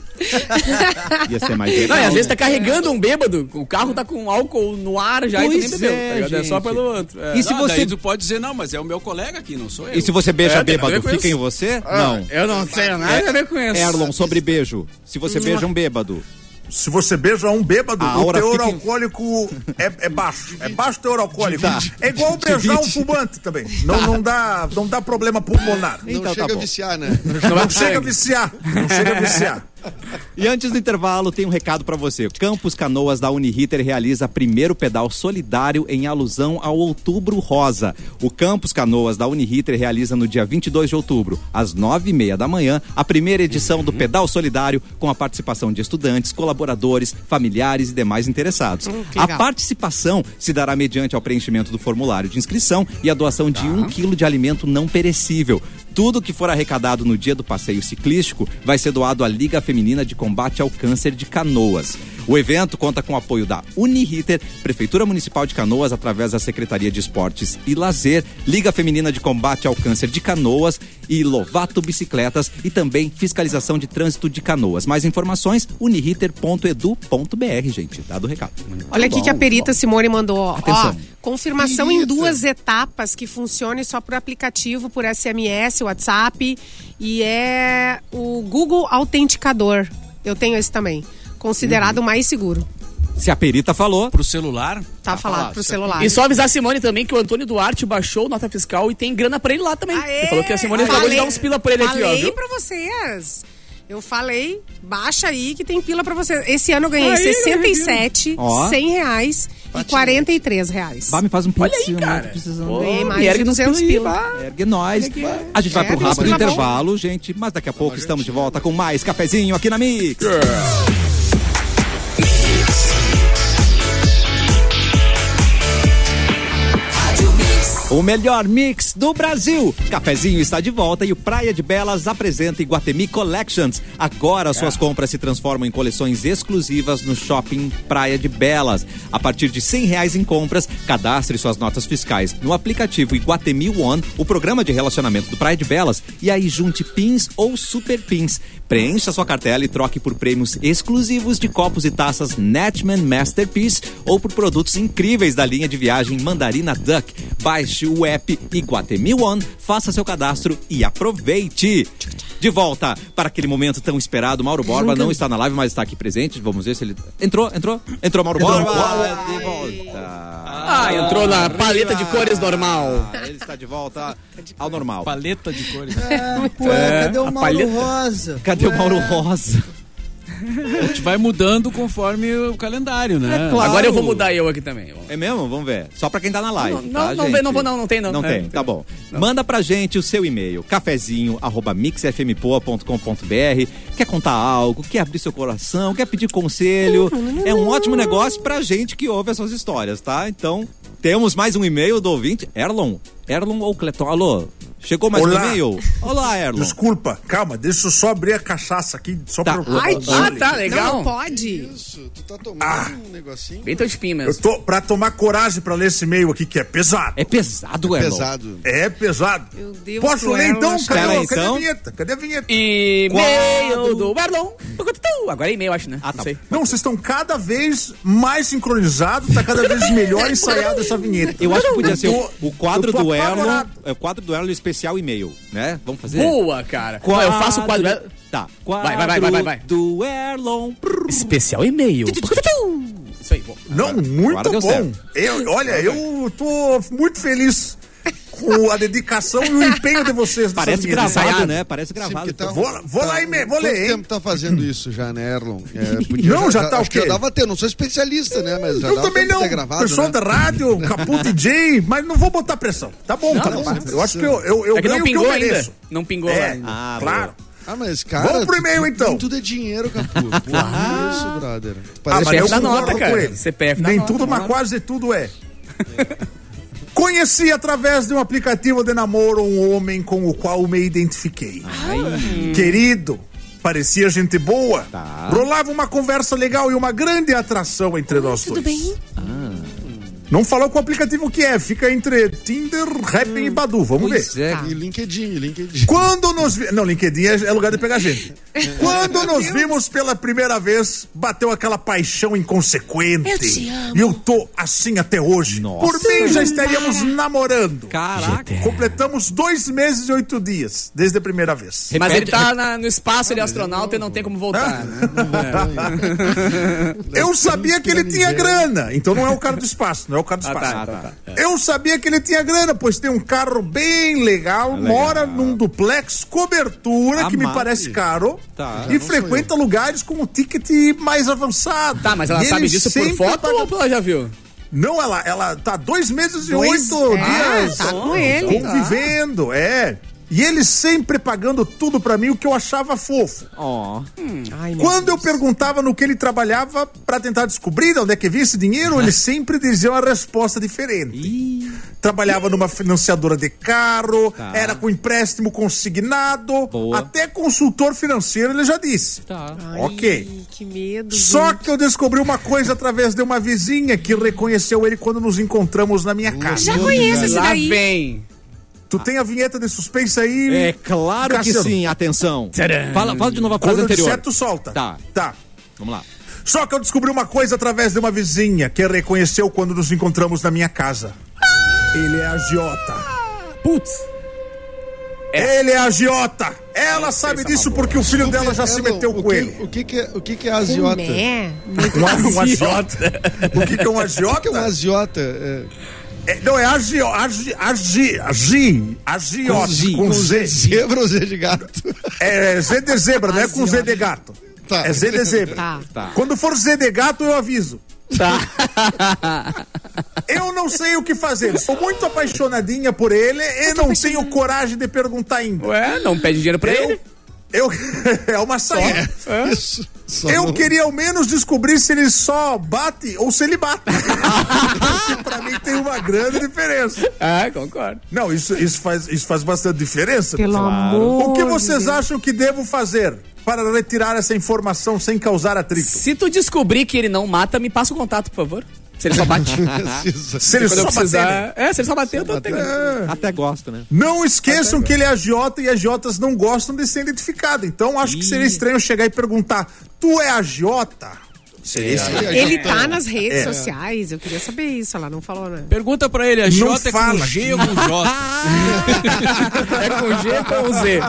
Speaker 1: Ia ser mais
Speaker 2: Não,
Speaker 1: legal.
Speaker 2: e às vezes
Speaker 1: né?
Speaker 2: tá carregando um bêbado, o carro tá com álcool no ar já e tu nem
Speaker 1: Pois
Speaker 2: bebeu.
Speaker 1: é,
Speaker 2: tá ligado? É, só
Speaker 1: gente.
Speaker 2: pelo outro. É.
Speaker 1: E se
Speaker 5: Não,
Speaker 1: você-
Speaker 5: daí tu pode dizer, não, mas é o meu colega aqui, não sou eu.
Speaker 1: E se você beija
Speaker 2: É, tem nada a
Speaker 1: bêbado,
Speaker 2: ver com
Speaker 1: fica
Speaker 2: isso. Ah, é.
Speaker 1: em você? Não.
Speaker 2: Eu não sei nada a ver com isso.
Speaker 1: Erlon, sobre beijo. Se você beija um bêbado.
Speaker 7: Se você beija um bêbado,
Speaker 1: A
Speaker 7: o
Speaker 1: hora
Speaker 7: teor
Speaker 1: fica em-
Speaker 7: alcoólico é, é baixo. É baixo o teor alcoólico.
Speaker 1: Tá.
Speaker 7: É igual beijar um
Speaker 1: Divide.
Speaker 7: fumante também. Não, não, dá, não dá problema pulmonar.
Speaker 6: Não
Speaker 1: Então tá
Speaker 6: chega a
Speaker 1: bom.
Speaker 6: viciar, né?
Speaker 7: Não chega a viciar. Não chega a viciar.
Speaker 1: Tá E antes do intervalo, tem um recado pra você. Campus Canoas da Uniriter realiza primeiro pedal solidário em alusão ao Outubro Rosa. O Campus Canoas da Uniriter realiza no dia 22 de outubro, às nove e meia da manhã, a primeira edição do
Speaker 3: Uhum.
Speaker 1: Pedal Solidário com a participação de estudantes, colaboradores, familiares e demais interessados.
Speaker 3: Hum, que
Speaker 1: a
Speaker 3: legal.
Speaker 1: participação se dará mediante ao preenchimento do formulário de inscrição e a doação
Speaker 3: Tá.
Speaker 1: de um quilo de alimento não perecível. Tudo que for arrecadado no dia do passeio ciclístico vai ser doado à Liga Feminina de Combate ao Câncer de Canoas. O evento conta com o apoio da Uniriter, Prefeitura Municipal de Canoas, através da Secretaria de Esportes e Lazer, Liga Feminina de Combate ao Câncer de Canoas e Lovato Bicicletas e também Fiscalização de Trânsito de Canoas. Mais informações, uniriter.edu.br, gente. Dado o recado.
Speaker 3: Olha aqui que a perita Simone mandou. ó. Ó,
Speaker 1: Atenção.
Speaker 3: confirmação em
Speaker 6: Perita.
Speaker 3: duas etapas que funcione só por aplicativo, por SMS, WhatsApp e é o Google Autenticador. Eu tenho esse também. Considerado o
Speaker 2: Uhum.
Speaker 3: mais seguro.
Speaker 1: Se a perita falou,
Speaker 5: Pro celular?
Speaker 3: Tá, falado, pro celular.
Speaker 2: É. E só avisar a Simone também que o Antônio Duarte baixou nota fiscal e tem grana pra ele lá também.
Speaker 3: Aê!
Speaker 2: Ele falou que a Simone acabou de
Speaker 3: Falei-
Speaker 2: dar uns pila pra ele aqui, ó.
Speaker 3: Falei
Speaker 2: Viu?
Speaker 3: pra vocês. Eu falei, baixa aí que tem pila pra vocês. Esse ano eu ganhei 67,
Speaker 1: Ó.
Speaker 3: 100 reais e 43 reais.
Speaker 1: Bah, me faz um pix.
Speaker 2: Olha aí,
Speaker 1: eu
Speaker 2: cara.
Speaker 1: Muito precisando.
Speaker 2: Pô,
Speaker 3: Ganhei mais
Speaker 2: me ergue
Speaker 3: de
Speaker 2: nos
Speaker 3: 200
Speaker 2: pila. aí,
Speaker 3: pila.
Speaker 2: pá.
Speaker 1: Ergue nós. A gente vai
Speaker 3: É,
Speaker 1: pro
Speaker 3: tem uns
Speaker 1: rápido
Speaker 3: pila bom.
Speaker 1: intervalo, gente. Mas daqui a pouco estamos de volta com mais cafezinho aqui na Mix. O melhor mix do Brasil. Cafezinho está de volta e o Praia de Belas apresenta Iguatemi Collections. Agora suas compras se transformam em coleções exclusivas no shopping Praia de Belas. A partir de R$ 100 reais em compras, cadastre suas notas fiscais no aplicativo Iguatemi One, o programa de relacionamento do Praia de Belas, e aí junte pins ou super pins. Preencha sua cartela e troque por prêmios exclusivos de copos e taças Netman Masterpiece ou por produtos incríveis da linha de viagem Mandarina Duck. Baixe o app Iguatemi One, faça seu cadastro e aproveite! De volta para aquele momento tão esperado. Mauro Borba não está na live, mas está aqui presente. Vamos ver se ele. Entrou, entrou, entrou Mauro Borba! De volta!
Speaker 2: Ah, entrou na paleta de cores normal.
Speaker 1: Ah, Ele está de volta ao normal.
Speaker 5: Paleta de cores.
Speaker 4: Ué, cadê o Mauro
Speaker 2: É, palheta.
Speaker 4: Rosa?
Speaker 1: Cadê o Mauro Rosa?
Speaker 5: A gente vai mudando conforme o calendário, né?
Speaker 1: claro.
Speaker 2: Agora eu vou mudar eu aqui também. ó.
Speaker 1: É mesmo? Vamos ver. Só pra quem tá na live.
Speaker 2: Não, não,
Speaker 1: tá,
Speaker 2: não
Speaker 1: gente?
Speaker 2: vem, não vou não, não tem não.
Speaker 1: Não
Speaker 2: É,
Speaker 1: tem, tá bom. Manda pra gente o seu e-mail, cafezinho.mixfmpoa.com.br. Quer contar algo, quer abrir seu coração, quer pedir conselho. É um ótimo negócio pra gente que ouve essas histórias, tá? Então, temos mais um e-mail do ouvinte. Erlon, Erlon ou Clepton? Alô? Chegou mais um
Speaker 7: Olá.
Speaker 1: e-mail? Olá, Erlon.
Speaker 7: Desculpa, calma, deixa eu só abrir a cachaça aqui, só
Speaker 1: Tá.
Speaker 7: pra eu
Speaker 3: Ai,
Speaker 2: Ah,
Speaker 3: que-
Speaker 2: tá,
Speaker 3: Não
Speaker 2: legal.
Speaker 3: pode.
Speaker 6: Isso, tu tá tomando
Speaker 7: Ah!
Speaker 6: um negocinho
Speaker 2: Bem teu espinho
Speaker 7: Eu
Speaker 2: mesmo.
Speaker 7: tô pra tomar coragem pra ler esse e-mail aqui, que é pesado.
Speaker 1: É pesado, Erlon.
Speaker 6: pesado.
Speaker 7: É pesado.
Speaker 3: Meu Deus,
Speaker 7: Posso
Speaker 3: Cruella,
Speaker 7: ler então?
Speaker 3: acho
Speaker 7: Cadê,
Speaker 1: que- Pera,
Speaker 7: o- cadê
Speaker 1: então?
Speaker 7: a vinheta? Cadê a vinheta?
Speaker 2: E-mail do Marlon. Agora é e-mail, acho, né?
Speaker 1: Ah, tá.
Speaker 2: Não sei.
Speaker 7: Não, vocês estão cada vez mais sincronizados, tá cada vez melhor ensaiada essa vinheta.
Speaker 1: Eu acho que podia ser o- o quadro
Speaker 7: eu tô
Speaker 1: do Erlon.
Speaker 7: apavorado.
Speaker 1: É o quadro do Erlon especial e-mail, né? Vamos fazer?
Speaker 2: Boa, cara. Não, Eu faço o quadro.
Speaker 1: Tá.
Speaker 2: vai, vai, vai, vai, vai, vai.
Speaker 1: Do Erlon.
Speaker 2: Especial e-mail. Isso aí, bom.
Speaker 7: Não,
Speaker 1: agora
Speaker 7: muito
Speaker 1: deu
Speaker 7: bom.
Speaker 1: certo.
Speaker 7: Eu, olha, eu tô muito feliz com a dedicação e o empenho de vocês. nessa
Speaker 1: Parece
Speaker 7: vinheta.
Speaker 1: gravado,
Speaker 2: tá ensaiado.
Speaker 1: né? Parece gravado.
Speaker 6: Porque tá-
Speaker 7: Vou- vou lá e me- vou
Speaker 6: Quanto
Speaker 7: ler, hein?
Speaker 6: tempo tá fazendo isso já, né, Erlon? É, podia-
Speaker 7: Não, já tá o
Speaker 6: acho que
Speaker 7: quê?
Speaker 6: Já dava tempo. Não sou especialista, né? Mas já
Speaker 7: Eu
Speaker 6: dava
Speaker 7: também
Speaker 6: tempo de
Speaker 7: não.
Speaker 6: ter gravado,
Speaker 7: Pessoal
Speaker 6: né?
Speaker 7: da rádio, Capu DJ, mas não vou botar pressão. Tá bom, tá
Speaker 6: não,
Speaker 7: bom.
Speaker 6: não
Speaker 7: Eu acho que eu, eu, eu
Speaker 2: É que não
Speaker 7: ganho o que
Speaker 2: pingou
Speaker 7: eu
Speaker 2: ainda.
Speaker 7: mereço.
Speaker 2: Não pingou
Speaker 7: É,
Speaker 2: ainda.
Speaker 1: Ah,
Speaker 7: claro.
Speaker 6: Ah, mas cara.
Speaker 7: Vamos pro e-mail,
Speaker 6: tu-
Speaker 7: então.
Speaker 6: nem Tudo é dinheiro, Capu. Claro. Isso, brother.
Speaker 7: Ah,
Speaker 6: Parece
Speaker 7: mas eu
Speaker 2: dá nota,
Speaker 7: concordo
Speaker 2: cara.
Speaker 7: com ele.
Speaker 2: CPF dá
Speaker 7: Nem
Speaker 2: nota,
Speaker 7: tudo, mas
Speaker 2: claro.
Speaker 7: quase tudo é. Conheci através de um aplicativo de namoro um homem com o qual me identifiquei. Querido, parecia gente boa. Rolava uma conversa legal e uma grande atração entre nós
Speaker 3: Tudo
Speaker 7: dois.
Speaker 3: bem?
Speaker 7: Não falou com o aplicativo que é, fica entre Tinder, Rap e Badu. Vamos ver.
Speaker 1: Pois é.
Speaker 6: E LinkedIn, LinkedIn.
Speaker 7: Quando nos vi... Não, LinkedIn é é lugar de pegar gente. Quando nos vimos pela primeira vez, bateu aquela paixão inconsequente.
Speaker 3: Eu te amo.
Speaker 7: E eu tô assim até hoje.
Speaker 1: Nossa.
Speaker 7: Por mim, já estaríamos namorando.
Speaker 1: Caraca.
Speaker 7: Completamos dois meses e oito dias, desde a primeira vez.
Speaker 2: Mas
Speaker 1: Repete-
Speaker 2: ele tá na- no espaço, ele é astronauta e não tem como voltar. né?
Speaker 7: Eu sabia que ele tinha grana. Então não é o cara do espaço, não é o cara do
Speaker 2: Ah,
Speaker 7: espaço.
Speaker 2: tá, tá, tá.
Speaker 7: Eu sabia que ele tinha grana, pois tem um carro bem legal,
Speaker 2: Ah,
Speaker 7: mora num duplex, cobertura, que me
Speaker 1: Amado.
Speaker 7: parece caro,
Speaker 1: Tá.
Speaker 7: e frequenta lugares com um ticket mais avançado.
Speaker 2: Tá, mas ela
Speaker 7: E
Speaker 2: sabe
Speaker 7: ele
Speaker 2: disso por
Speaker 7: sempre
Speaker 2: foto
Speaker 7: paga-
Speaker 2: ou ela já viu?
Speaker 7: Não, ela, ela tá dois meses e
Speaker 3: Dois-
Speaker 7: oito
Speaker 3: é,
Speaker 7: dias
Speaker 3: tá com ele.
Speaker 7: convivendo, é. E ele sempre pagando tudo pra mim, o que eu achava fofo.
Speaker 1: Ó.
Speaker 7: Quando eu perguntava no que ele trabalhava pra tentar descobrir de onde é que vinha esse dinheiro, ele sempre dizia uma resposta diferente. Trabalhava numa financiadora de carro, era com empréstimo consignado,
Speaker 1: Tá. Boa.
Speaker 7: até consultor financeiro ele já disse.
Speaker 1: Tá.
Speaker 7: Ok.
Speaker 3: Ai, que medo.
Speaker 7: Só que eu descobri uma coisa através de uma vizinha que reconheceu ele quando nos encontramos na minha casa.
Speaker 3: Já conheço esse
Speaker 2: Lá
Speaker 3: daí.
Speaker 2: vem.
Speaker 7: Tu tem a vinheta de suspense aí?
Speaker 1: É claro que
Speaker 7: Cassiano.
Speaker 1: sim, atenção.
Speaker 2: Tcharam.
Speaker 1: Fala, fala de novo a frase
Speaker 7: Quando eu
Speaker 1: anterior.
Speaker 7: disser, tu solta.
Speaker 1: Tá.
Speaker 7: Tá.
Speaker 1: Vamos lá.
Speaker 7: Só que eu descobri uma coisa através de uma vizinha que reconheceu quando nos encontramos na minha casa. Ele é agiota.
Speaker 2: Putz.
Speaker 7: Ele é agiota. Ela sabe disso porque o filho dela já Ah, se
Speaker 6: Elon,
Speaker 7: meteu
Speaker 6: o
Speaker 7: com
Speaker 6: que-
Speaker 7: ele.
Speaker 6: O que, que é, o que, que é
Speaker 3: Como
Speaker 6: aziota?
Speaker 3: é?
Speaker 7: Um agiota. O que, que
Speaker 6: O que
Speaker 7: é um
Speaker 6: é um
Speaker 7: agiota?
Speaker 6: aziota? É,
Speaker 7: É, não, é agio, agi, agi, agi, agiota.
Speaker 1: G.
Speaker 7: Com Z.
Speaker 6: zebra ou zé de gato?
Speaker 7: É Z de zebra, não é com Z de gato.
Speaker 6: Tá.
Speaker 7: É Z de zebra.
Speaker 3: Tá.
Speaker 1: Tá.
Speaker 7: Quando for Z de gato, eu aviso. Eu não sei o que fazer. Sou muito apaixonadinha por ele e não tenho coragem de perguntar ainda.
Speaker 2: Ué, não pede dinheiro pra ele?
Speaker 7: Eu, eu é uma saída.
Speaker 6: Isso. Só
Speaker 7: Eu
Speaker 6: não-
Speaker 7: queria ao menos descobrir se ele só bate ou se ele bate. Porque pra mim tem uma grande diferença.
Speaker 2: Ah, concordo.
Speaker 7: Não, isso, isso, faz, isso faz bastante diferença.
Speaker 3: Pelo amor.
Speaker 7: O que
Speaker 3: de
Speaker 7: vocês
Speaker 3: Deus.
Speaker 7: acham que devo fazer para retirar essa informação sem causar atrito?
Speaker 2: Se tu descobrir que ele não mata, me passa o contato, por favor. Se ele só bate.
Speaker 6: Precisa.
Speaker 7: Se ele
Speaker 2: Quando eu
Speaker 7: só bater, né?
Speaker 2: precisar. É, se ele só bater, eu tô
Speaker 6: bater.
Speaker 2: pegando.
Speaker 1: Até gosto, né?
Speaker 7: Não esqueçam que ele é agiota e agiotas não gostam de ser identificado. Então acho que seria estranho chegar e perguntar: Tu é agiota? Seria estranho.
Speaker 3: Ele tá nas
Speaker 2: É.
Speaker 3: redes sociais, eu queria saber isso. Ela não falou, né?
Speaker 5: Pergunta pra ele, a J é com
Speaker 7: fala.
Speaker 5: G ou com J?
Speaker 2: É com G ou com Z?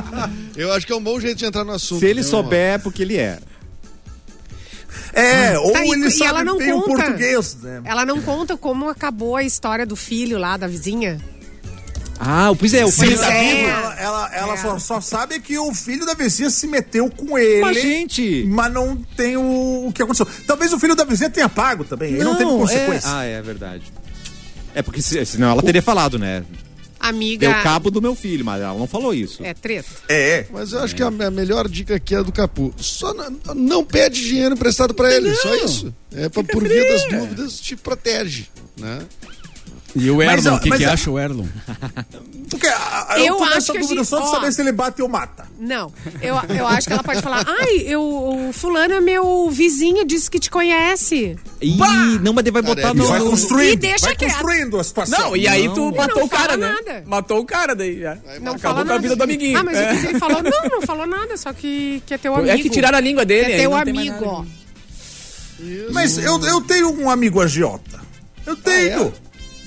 Speaker 6: Eu acho que é um bom jeito de entrar no assunto.
Speaker 1: Se ele
Speaker 6: né,
Speaker 1: souber, é porque ele é.
Speaker 7: É, ou
Speaker 3: Tá, e-
Speaker 7: ele
Speaker 3: e
Speaker 7: sabe
Speaker 3: ela não
Speaker 7: bem o
Speaker 3: conta. É.
Speaker 7: português, né?
Speaker 3: Ela não conta como acabou a história do filho lá, da vizinha?
Speaker 1: Ah, pois é, o filho
Speaker 3: Sim,
Speaker 1: da
Speaker 3: é.
Speaker 1: vivo.
Speaker 7: tá Ela, ela, ela só, só sabe que o filho da vizinha se meteu com ele.
Speaker 1: Mas, gente.
Speaker 7: Mas não tem o, o que aconteceu. Talvez o filho da vizinha tenha pago também. Ele não teve consequência.
Speaker 1: É... Ah, é verdade. É porque se- senão ela teria falado, né?
Speaker 3: Amiga.
Speaker 1: Deu cabo do meu filho, mas ela não falou isso.
Speaker 3: É treta.
Speaker 7: É, é.
Speaker 6: Mas eu acho que a, a melhor dica aqui é do Capu. Só n- não pede dinheiro emprestado pra ele, só isso. É pra, por via das dúvidas te protege, né?
Speaker 5: E o
Speaker 7: Mas,
Speaker 5: Erlon,
Speaker 7: ó,
Speaker 5: o que,
Speaker 7: mas
Speaker 5: que
Speaker 7: é-
Speaker 5: acha o Erlon?
Speaker 7: Porque a- a-
Speaker 3: Eu
Speaker 7: eu tô
Speaker 3: acho
Speaker 7: nessa
Speaker 3: que a
Speaker 7: dúvida
Speaker 3: gente-
Speaker 7: só de
Speaker 3: ó.
Speaker 7: saber se ele bate ou mata.
Speaker 3: Não, eu, eu acho que ela pode falar: ai, eu, o fulano é meu vizinho, disse que te conhece.
Speaker 1: Ih, não, mas ele vai botar
Speaker 6: Cara,
Speaker 1: no.
Speaker 6: ele
Speaker 7: Vai
Speaker 1: no-
Speaker 7: construindo.
Speaker 3: E deixa
Speaker 7: vai
Speaker 3: quieto.
Speaker 7: construindo a situação.
Speaker 2: Não, e aí tu matou
Speaker 3: não
Speaker 2: o cara,
Speaker 3: fala
Speaker 2: né?
Speaker 3: nada.
Speaker 2: Matou o cara daí já.
Speaker 3: Não
Speaker 2: Acabou
Speaker 3: fala
Speaker 2: com a
Speaker 3: nada.
Speaker 2: vida do amiguinho.
Speaker 3: Ah, mas
Speaker 2: é.
Speaker 3: o que ele falou? Não, não falou nada, só que, que é teu amigo.
Speaker 2: É que tiraram a língua dele.
Speaker 3: É
Speaker 2: aí
Speaker 3: teu
Speaker 2: não tem mais
Speaker 3: amigo,
Speaker 2: nada.
Speaker 3: ó.
Speaker 7: Mas eu, eu tenho um amigo agiota. Eu tenho.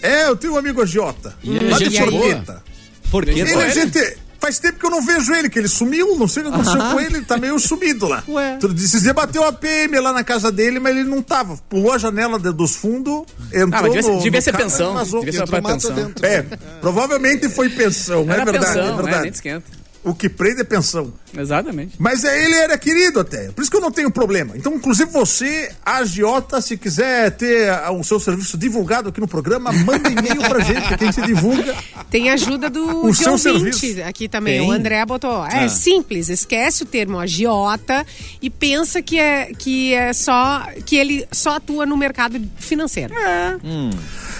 Speaker 7: é? eu tenho um amigo agiota.
Speaker 5: ele é
Speaker 7: Lá de
Speaker 5: gente boa?
Speaker 7: Forqueta.
Speaker 1: Porque
Speaker 7: Ele é gente... Faz tempo que eu não vejo ele, que ele sumiu, não sei o que aconteceu com ele, ele tá meio sumido lá.
Speaker 1: Ué.
Speaker 7: Tu disse, Zé bateu a PM lá na casa dele, mas ele não tava. Pulou a janela de- dos fundos, entrou
Speaker 2: Ah, mas devia, ser-
Speaker 7: no,
Speaker 2: devia
Speaker 7: no
Speaker 2: ser
Speaker 7: carro e
Speaker 2: pensão.
Speaker 7: vazou.
Speaker 2: Devia ser
Speaker 6: Entrou
Speaker 2: pra
Speaker 6: mata
Speaker 2: pensão.
Speaker 6: dentro.
Speaker 7: É, provavelmente foi pensão, é
Speaker 2: Era
Speaker 7: verdade,
Speaker 2: pensão,
Speaker 7: é
Speaker 2: né?
Speaker 7: verdade.
Speaker 2: Nem esquenta.
Speaker 7: O que prende é pensão.
Speaker 2: Exatamente.
Speaker 7: Mas é, ele era querido até. Por isso que eu não tenho problema. Então, inclusive, você, agiota, se quiser ter ah, o seu serviço divulgado aqui no programa, manda e-mail pra gente, que a gente divulga.
Speaker 3: Tem ajuda do
Speaker 7: O
Speaker 3: de
Speaker 7: seu
Speaker 3: ouvinte
Speaker 7: serviço.
Speaker 3: aqui também.
Speaker 2: Tem? Ah.
Speaker 3: O André botou. É simples, esquece o termo agiota e pensa que é, que é só que ele só atua no mercado financeiro.
Speaker 2: é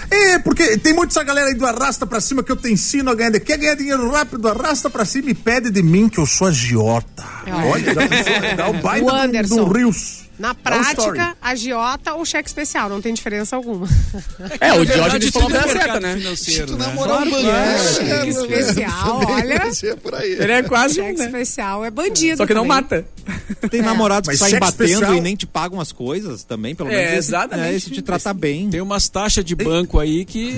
Speaker 7: É, porque tem muita essa galera aí do arrasta pra cima que eu te ensino a ganhar. dinheiro. Quer ganhar dinheiro rápido, arrasta pra cima e pede de mim que eu sou agiota. Olha, já pensou? Dá o
Speaker 3: É. O
Speaker 7: baita do,
Speaker 3: Anderson.
Speaker 7: do Rios.
Speaker 2: um
Speaker 3: Na
Speaker 7: Dá o story.
Speaker 3: prática, agiota ou cheque especial, não tem diferença alguma.
Speaker 2: É, o
Speaker 5: Verdade,
Speaker 2: Diógenes falou
Speaker 5: tudo
Speaker 2: a coisa
Speaker 5: é
Speaker 2: certa,
Speaker 5: mercado
Speaker 2: né?
Speaker 5: financeiro, né?
Speaker 6: namorar um banheiro.
Speaker 3: Que especial, olha.
Speaker 6: É por aí.
Speaker 2: Ele é quase um,
Speaker 3: Cheque
Speaker 2: né?
Speaker 3: especial é bandido.
Speaker 2: Só que não
Speaker 3: também.
Speaker 2: mata.
Speaker 1: Tem namorados
Speaker 7: é. Mas
Speaker 1: que saem
Speaker 7: cheque
Speaker 1: batendo
Speaker 7: especial-
Speaker 1: e nem te pagam as coisas também, pelo
Speaker 2: É,
Speaker 1: menos. esse-
Speaker 2: exatamente.
Speaker 1: né, Esse te trata bem.
Speaker 5: Tem umas taxas de banco aí que,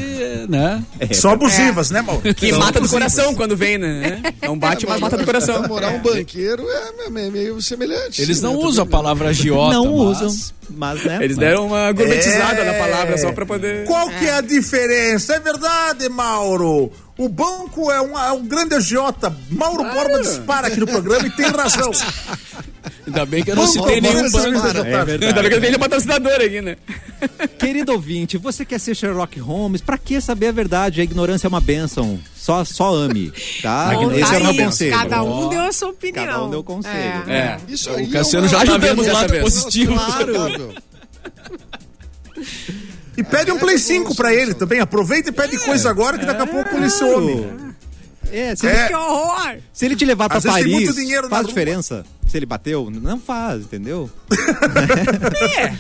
Speaker 5: né?
Speaker 7: São abusivas, né, Mauro?
Speaker 2: Que mata do coração quando vem, né? Não bate, mas mata do coração.
Speaker 6: Namorar um banqueiro é, é meio semelhante.
Speaker 5: Eles
Speaker 6: né?
Speaker 5: não usam a palavra agiota.
Speaker 1: não
Speaker 5: um mas-
Speaker 1: usam, mas né?
Speaker 2: Eles deram uma gourmetizada
Speaker 7: É.
Speaker 2: na palavra só pra poder.
Speaker 7: Qual que é a diferença? É verdade, Mauro. O banco é um, é um grande agiota. Mauro Borba dispara aqui no programa e tem razão.
Speaker 5: Ainda bem que eu não
Speaker 7: Banco,
Speaker 5: citei
Speaker 7: banco,
Speaker 5: nenhum um banco.
Speaker 7: banco.
Speaker 1: É
Speaker 2: Ainda
Speaker 1: verdade.
Speaker 2: bem que eu tenho patrocinador aqui, né?
Speaker 1: Querido ouvinte, você quer ser Sherlock Holmes? Pra que saber a verdade? A ignorância é uma bênção. Só, só ame, tá?
Speaker 3: Então,
Speaker 1: Esse
Speaker 3: tá
Speaker 1: é o meu
Speaker 3: aí,
Speaker 1: conselho.
Speaker 3: Cada um deu a sua opinião.
Speaker 1: Cada um deu conselho.
Speaker 3: É.
Speaker 2: É.
Speaker 6: Isso aí
Speaker 5: O
Speaker 6: é
Speaker 5: Cassiano
Speaker 6: uma-
Speaker 5: já tá
Speaker 2: Ajudamos
Speaker 5: vendo o
Speaker 2: dessa
Speaker 5: lado
Speaker 2: vez.
Speaker 5: positivo.
Speaker 6: Claro.
Speaker 7: E
Speaker 1: É.
Speaker 7: pede um Play 5 pra ele também. Aproveita e pede coisa agora que daqui a pouco ele se homem.
Speaker 1: É, se,
Speaker 7: É.
Speaker 1: Ele,
Speaker 3: Que horror!
Speaker 1: se ele te levar pra
Speaker 7: Às vezes tem
Speaker 1: Paris,
Speaker 7: muito dinheiro na
Speaker 1: faz
Speaker 7: rua.
Speaker 1: diferença? Se ele bateu, não faz, entendeu? é.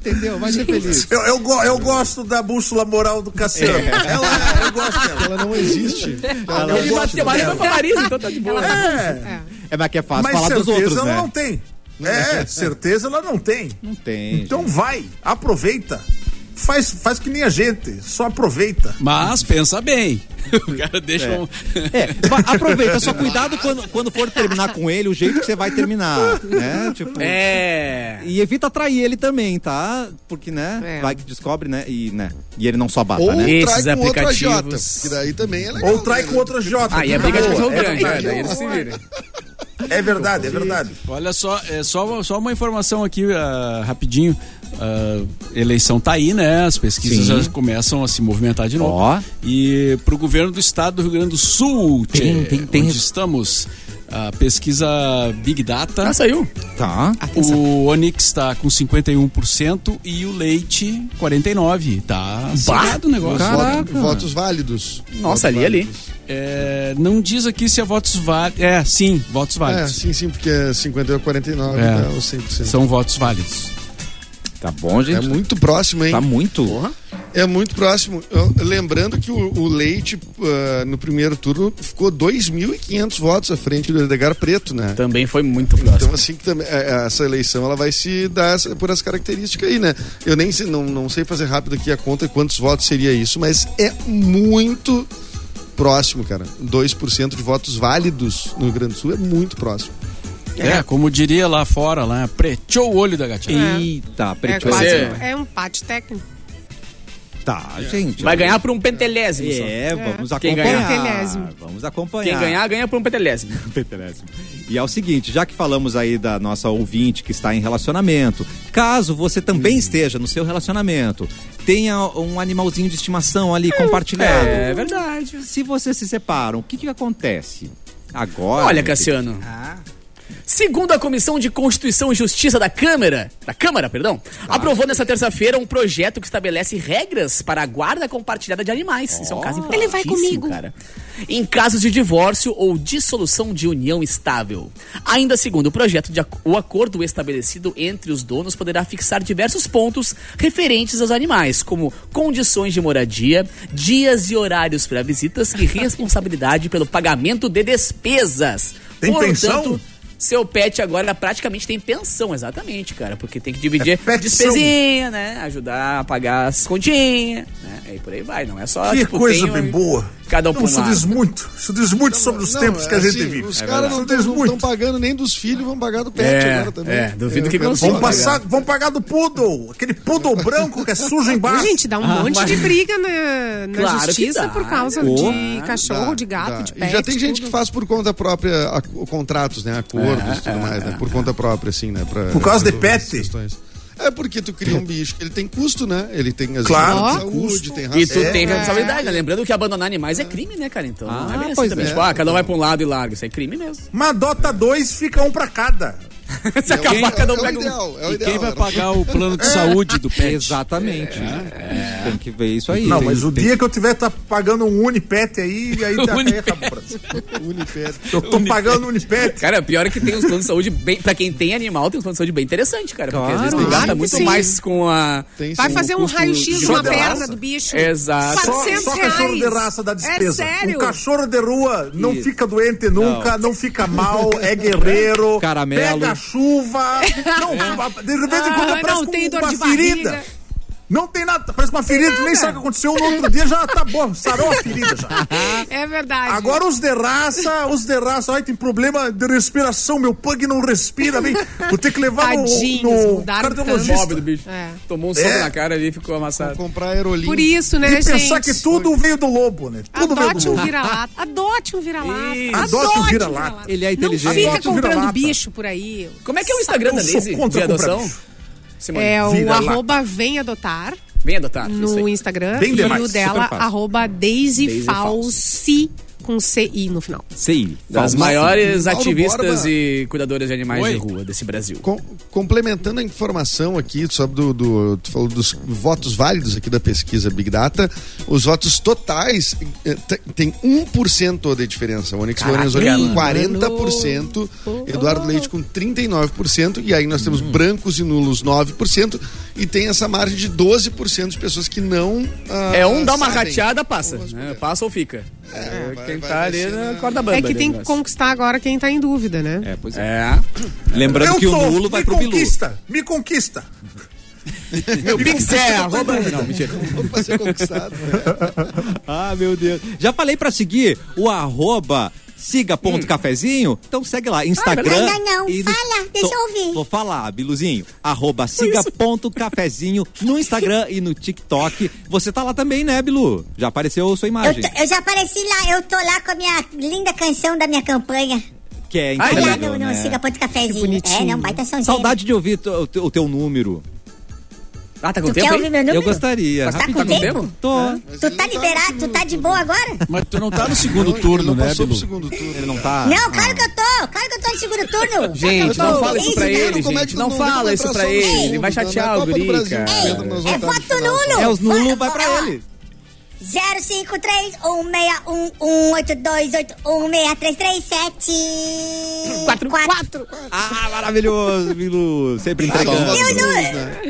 Speaker 1: Entendeu? Vai ser feliz.
Speaker 7: Eu, eu, go- eu gosto da bússola moral do Cassiano. Ela, eu gosto dela.
Speaker 6: Ela não existe.
Speaker 5: Tá, né?
Speaker 6: Ela
Speaker 2: Ele bateu, mas ele foi pra Paris, então tá de boa.
Speaker 7: É,
Speaker 1: É, mas que é fácil
Speaker 7: mas
Speaker 1: falar dos
Speaker 7: certeza
Speaker 1: outros,
Speaker 7: ela
Speaker 1: né?
Speaker 7: não tem. É, certeza ela não tem.
Speaker 1: Não tem.
Speaker 7: Então vai, aproveita. Faz, faz que nem a gente, só aproveita.
Speaker 5: Mas pensa bem. O cara deixa um.
Speaker 1: É, va- aproveita, só cuidado quando, quando for terminar com ele, o jeito que você vai terminar, né? Tipo,
Speaker 2: É.
Speaker 1: E evita trair ele também, tá? Porque, né?
Speaker 3: É.
Speaker 1: Vai que descobre, né? E, né? e ele não só bata,
Speaker 6: Ou
Speaker 1: né?
Speaker 2: Esses
Speaker 6: trai com outro
Speaker 2: aplicativos.
Speaker 6: agiota. Que daí também é legal.
Speaker 7: Ou trai
Speaker 6: né?
Speaker 7: com outra Jota.
Speaker 2: Aí é
Speaker 7: Boa,
Speaker 2: briga de cachorro
Speaker 7: é
Speaker 2: grande, né?
Speaker 7: verdade.
Speaker 2: Daí eles se viram.
Speaker 7: É verdade, é verdade.
Speaker 5: Olha só, é só, só uma informação aqui, ah, rapidinho. Ah, eleição tá aí, né? As pesquisas
Speaker 1: Sim.
Speaker 5: já começam a se movimentar de novo.
Speaker 1: Ó.
Speaker 5: E pro governo do estado do Rio Grande do Sul, tchê,
Speaker 1: Tem, tem, tem.
Speaker 5: onde estamos, a pesquisa Big Data.
Speaker 2: Ah, saiu.
Speaker 1: Tá.
Speaker 5: O Onix está com 51% e o Leite 49%. Tá acirrado o negócio.
Speaker 6: Voto-
Speaker 1: Caraca.
Speaker 6: votos válidos.
Speaker 2: Nossa, ali, ali.
Speaker 5: É, não diz aqui se é votos válidos. É, sim, votos
Speaker 6: É,
Speaker 5: válidos.
Speaker 6: sim, sim, porque é 51 49,
Speaker 5: É.
Speaker 6: né? Ou 100%.
Speaker 5: São votos válidos.
Speaker 1: Tá bom,
Speaker 6: É
Speaker 1: gente.
Speaker 6: muito próximo, hein?
Speaker 1: Tá muito.
Speaker 6: É muito próximo. Eu- Lembrando que o, o Leite, ah, no primeiro turno, ficou 2.500 votos à frente do Edgar Preto, né?
Speaker 2: Também foi muito próximo.
Speaker 6: Então, assim, que também, é, é, essa eleição ela vai se dar essa- por essa característica aí, né? Eu nem sei, não, não sei fazer rápido aqui a conta de quantos votos seria isso, mas é muito próximo, cara. 2% de votos válidos no Rio Grande do Sul é muito próximo.
Speaker 5: É, como diria lá fora, lá, preteou o olho da gatinha.
Speaker 1: Eita,
Speaker 3: É,
Speaker 1: preto.
Speaker 3: quase,
Speaker 2: Você-
Speaker 3: é um empate técnico.
Speaker 1: Tá, gente.
Speaker 2: Vai ganhar por um pentelésimo só.
Speaker 1: É, vamos
Speaker 2: Quem
Speaker 1: acompanhar.
Speaker 2: ganhar?
Speaker 3: Telésimo.
Speaker 1: Vamos acompanhar.
Speaker 2: Quem ganhar, ganha por um pentelésimo.
Speaker 1: Petelésimo. E é o seguinte, já que falamos aí da nossa ouvinte que está em relacionamento, caso você
Speaker 7: Hum.
Speaker 1: também esteja no seu relacionamento, tenha um animalzinho de estimação ali compartilhado.
Speaker 2: É verdade.
Speaker 1: Se vocês se separam, o que que acontece? Agora.
Speaker 2: Olha,
Speaker 1: gente,
Speaker 2: Cassiano. Segundo a Comissão de Constituição e Justiça da Câmara, da Câmara, perdão,
Speaker 7: Ah.
Speaker 2: aprovou nesta terça-feira um projeto que estabelece regras para a guarda compartilhada de animais. Isso é um caso
Speaker 3: Ele vai
Speaker 2: importantíssimo,
Speaker 3: comigo.
Speaker 2: cara. Em casos de divórcio ou dissolução de união estável. Ainda segundo o projeto, de ac- o acordo estabelecido entre os donos poderá fixar diversos pontos referentes aos animais, como condições de moradia, dias e horários para visitas e responsabilidade pelo pagamento de despesas.
Speaker 7: Tem pensão?
Speaker 2: seu pet agora praticamente tem pensão, exatamente, cara. Porque tem que dividir
Speaker 7: É pensão.
Speaker 2: despesinha, né? Ajudar a pagar as continhas, né? E por aí vai, não é só.
Speaker 7: Que
Speaker 2: tipo,
Speaker 7: coisa
Speaker 2: tem um-
Speaker 7: bem boa.
Speaker 2: Cada um
Speaker 7: Não,
Speaker 2: por um
Speaker 7: isso
Speaker 2: lado.
Speaker 7: diz muito. Isso diz muito sobre os
Speaker 6: Não,
Speaker 7: tempos
Speaker 6: é
Speaker 7: que a gente
Speaker 6: assim,
Speaker 7: vive.
Speaker 6: Os
Speaker 7: Isso
Speaker 6: caras não
Speaker 7: diz
Speaker 6: estão
Speaker 7: muito.
Speaker 6: pagando nem dos filhos, vão pagar do pet
Speaker 2: É,
Speaker 6: agora também.
Speaker 2: é, duvido que
Speaker 6: Eu quero
Speaker 2: consiga.
Speaker 6: só
Speaker 7: Vão,
Speaker 2: Vamos
Speaker 6: pagar.
Speaker 7: passar, vão pagar do poodle. Aquele poodle branco que é sujo embaixo.
Speaker 3: Gente, dá um monte
Speaker 2: mas-
Speaker 3: de briga na, na
Speaker 2: Claro que
Speaker 3: justiça
Speaker 2: dá.
Speaker 3: por causa
Speaker 1: Pô,
Speaker 3: de cachorro,
Speaker 6: Dá,
Speaker 3: de gato,
Speaker 6: dá.
Speaker 3: de pet.
Speaker 6: E já tem gente
Speaker 3: tudo.
Speaker 6: que faz por conta própria a- o- contratos, né? Acordos e tudo mais, né? Por conta própria, assim, né? pra-
Speaker 7: Por causa de
Speaker 6: resolver essas
Speaker 7: pet?
Speaker 6: questões. É porque tu cria um bicho que ele tem custo, né? Ele tem as
Speaker 7: Claro,
Speaker 6: saúde, tem
Speaker 2: E tu
Speaker 6: ração.
Speaker 2: tem responsabilidade, né? Lembrando que abandonar animais é crime, né, cara? Então, não é bem assim
Speaker 1: pois
Speaker 2: também.
Speaker 1: é.
Speaker 2: Tipo, ah, cada um vai pra um lado e larga. Isso é crime mesmo.
Speaker 7: Mas adota dois, fica um pra cada.
Speaker 2: Se
Speaker 6: É, o-
Speaker 2: acabar,
Speaker 6: é,
Speaker 2: cada um
Speaker 6: o
Speaker 2: pega um.
Speaker 6: ideal, é o
Speaker 5: E
Speaker 6: ideal.
Speaker 5: quem vai
Speaker 6: era-
Speaker 5: pagar o plano de saúde do pet?
Speaker 1: Exatamente. Tem que ver isso aí.
Speaker 7: É, Não,
Speaker 1: Tem-
Speaker 7: mas o
Speaker 1: tem-
Speaker 7: dia que eu tiver tá pagando um Unipet aí, aí, tá, aí
Speaker 5: Unipet.
Speaker 7: acabou. pra você.
Speaker 6: Unipet.
Speaker 7: Eu tô pagando um Unipet.
Speaker 2: Cara, pior é que tem uns planos de saúde bem. Pra quem tem animal, tem uns planos de saúde bem interessante, cara. Porque às vezes
Speaker 1: Claro,
Speaker 2: tu gasta
Speaker 3: claro que
Speaker 2: muito
Speaker 3: sim.
Speaker 2: mais com a.
Speaker 6: Tem
Speaker 3: Vai
Speaker 6: sim,
Speaker 3: fazer
Speaker 6: o
Speaker 3: um
Speaker 6: custo
Speaker 3: raio-x
Speaker 6: de
Speaker 3: na
Speaker 7: de
Speaker 3: perna
Speaker 7: raça.
Speaker 3: do bicho.
Speaker 2: Exato.
Speaker 3: Quatro-
Speaker 7: Só,
Speaker 3: 400
Speaker 7: só cachorro de
Speaker 3: reais.
Speaker 7: raça dá
Speaker 3: É
Speaker 7: despesa.
Speaker 3: sério?
Speaker 7: O cachorro de rua não
Speaker 1: Isso.
Speaker 7: fica doente nunca, não, fica mal, é guerreiro,
Speaker 1: Caramelo. É.
Speaker 7: pega chuva. Não, de vez em quando
Speaker 3: Ah,
Speaker 7: parece
Speaker 3: não, tem
Speaker 7: com
Speaker 3: dor
Speaker 7: uma
Speaker 3: de
Speaker 7: ferida.
Speaker 3: barriga.
Speaker 7: Não tem nada, parece uma ferida, tu nem sabe o que aconteceu. No outro dia já tá bom, sarou a ferida já.
Speaker 3: É verdade.
Speaker 7: Agora os de raça, os de raça, ai, tem problema de respiração, meu pug não respira bem. Vou ter que levar no,
Speaker 3: Tadinhos,
Speaker 7: no
Speaker 3: mudaram
Speaker 2: Pobre
Speaker 7: cardiologista.
Speaker 2: do bicho.
Speaker 3: É.
Speaker 2: Tomou um soco
Speaker 7: É.
Speaker 2: na cara ali e ficou amassado.
Speaker 6: Comprar aerolinho.
Speaker 3: Por isso, né,
Speaker 7: E
Speaker 3: gente?
Speaker 7: pensar que tudo veio do lobo, né? Tudo
Speaker 3: Adote
Speaker 7: veio do
Speaker 3: um
Speaker 7: lobo.
Speaker 3: vira-lata. Adote um vira-lata.
Speaker 2: Isso.
Speaker 3: Adote, um vira-lata.
Speaker 1: Ele é
Speaker 3: Não
Speaker 1: inteligente.
Speaker 3: fica
Speaker 7: Adote um
Speaker 3: comprando
Speaker 7: vira-lata.
Speaker 3: bicho por aí.
Speaker 2: Como é que é o Instagram
Speaker 7: Eu
Speaker 2: da
Speaker 7: sou
Speaker 2: Lise
Speaker 7: contra
Speaker 2: de
Speaker 7: comprar
Speaker 2: adoção?
Speaker 7: bicho.
Speaker 2: Simone,
Speaker 3: É o
Speaker 7: Vira-lata.
Speaker 3: arroba vem adotar
Speaker 2: vem adotar. isso
Speaker 3: no
Speaker 2: aí.
Speaker 3: Instagram.
Speaker 7: Bem
Speaker 3: e o
Speaker 7: demais.
Speaker 3: dela,
Speaker 1: Super fácil.
Speaker 3: arroba Daisy
Speaker 2: Daisy
Speaker 3: Falsi, com CI no final.
Speaker 1: Sei.
Speaker 2: Das
Speaker 1: Falso.
Speaker 2: maiores
Speaker 6: Mauro
Speaker 2: ativistas
Speaker 6: Borba.
Speaker 2: e cuidadoras de animais
Speaker 5: Oi.
Speaker 2: de rua desse Brasil.
Speaker 6: Com- complementando a informação aqui sobre do, do- tu falou dos votos válidos aqui da pesquisa Big Data, os votos totais eh, te- tem 1% de diferença. O Onyx Lorenzoni com 40%, Eduardo Leite com 39% e aí nós temos
Speaker 2: Hum.
Speaker 6: brancos e nulos 9% e tem essa margem de 12% de pessoas que não ah,
Speaker 2: É um dá uma
Speaker 6: sabem.
Speaker 2: rateada, passa.
Speaker 6: Vamos
Speaker 2: né?
Speaker 6: ver.
Speaker 2: Passa ou fica. É,
Speaker 6: vai-
Speaker 2: quem
Speaker 6: vai-
Speaker 2: tá
Speaker 6: vai
Speaker 2: ali
Speaker 6: ser,
Speaker 2: na
Speaker 6: né?
Speaker 2: corda bamba.
Speaker 3: É
Speaker 2: né,
Speaker 3: que tem que
Speaker 2: negócio.
Speaker 3: conquistar agora quem tá em dúvida, né?
Speaker 1: É, pois é.
Speaker 2: É.
Speaker 1: Lembrando
Speaker 7: Eu
Speaker 1: que o
Speaker 7: tô,
Speaker 1: nulo
Speaker 7: me
Speaker 1: vai pro Bilu.
Speaker 7: conquista, me conquista.
Speaker 2: Meu pix é arroba. Não, mentira.
Speaker 6: Opa, ser conquistado. né?
Speaker 1: Ah, meu Deus. Já falei pra seguir o arroba siga.cafezinho. Então segue lá, Instagram.
Speaker 8: Não, não, não.
Speaker 1: e no-
Speaker 8: Fala, deixa
Speaker 1: Tô-
Speaker 8: eu ouvir.
Speaker 1: Vou falar, Biluzinho. Arroba siga.cafezinho no Instagram e no TikTok. Você tá lá também, né, Bilu? Já apareceu sua
Speaker 8: Eu,
Speaker 1: imagem.
Speaker 8: tô- eu já apareci lá, eu tô lá com a minha linda canção da minha campanha.
Speaker 1: Que é
Speaker 8: Tá lá
Speaker 1: incrível,
Speaker 8: no, no
Speaker 1: né?
Speaker 8: Siga Ponto Cafezinho.
Speaker 3: bonitinho.
Speaker 8: É, não, baita sonzinho.
Speaker 1: Saudade de ouvir o teu, o teu número.
Speaker 2: Ah, tá com
Speaker 8: Tu
Speaker 2: tempo
Speaker 8: quer ouvir
Speaker 2: aí?
Speaker 8: meu número?
Speaker 1: Eu gostaria.
Speaker 8: Tá com
Speaker 1: Rapidinho.
Speaker 8: tempo?
Speaker 1: Tô.
Speaker 8: Tu tá liberado, tu tá de boa agora?
Speaker 5: Mas tu não tá no segundo turno,
Speaker 6: Ele não
Speaker 5: né,
Speaker 6: passou pro
Speaker 5: Bilu?
Speaker 6: segundo turno.
Speaker 1: Ele não tá.
Speaker 8: Não, claro que eu tô, claro que eu tô de segundo turno.
Speaker 2: Gente,
Speaker 6: Eu
Speaker 2: não
Speaker 6: tô-
Speaker 2: fala isso pra
Speaker 6: Esse
Speaker 2: ele,
Speaker 6: ano, como é que
Speaker 2: gente.
Speaker 6: tu
Speaker 2: Não
Speaker 6: não
Speaker 2: fala
Speaker 6: vai
Speaker 2: isso
Speaker 6: pra
Speaker 2: pra
Speaker 6: São
Speaker 2: ele.
Speaker 6: Paulo?
Speaker 2: Ele vai
Speaker 6: Na
Speaker 2: chatear o
Speaker 6: Copa do
Speaker 2: guri,
Speaker 6: Brasil,
Speaker 2: cara.
Speaker 6: Pedro, nós vamos
Speaker 8: É
Speaker 6: estar de
Speaker 8: voto
Speaker 6: final.
Speaker 8: nulo.
Speaker 1: É, os Nulu
Speaker 8: Nulo
Speaker 1: vai pra ele.
Speaker 8: 053 161 182816337
Speaker 2: Quatro.
Speaker 1: Ah, maravilhoso, Bilu. Sempre
Speaker 2: Tá
Speaker 1: entregando.
Speaker 6: Só os
Speaker 8: Meu
Speaker 6: dois,
Speaker 8: Deus.
Speaker 6: né?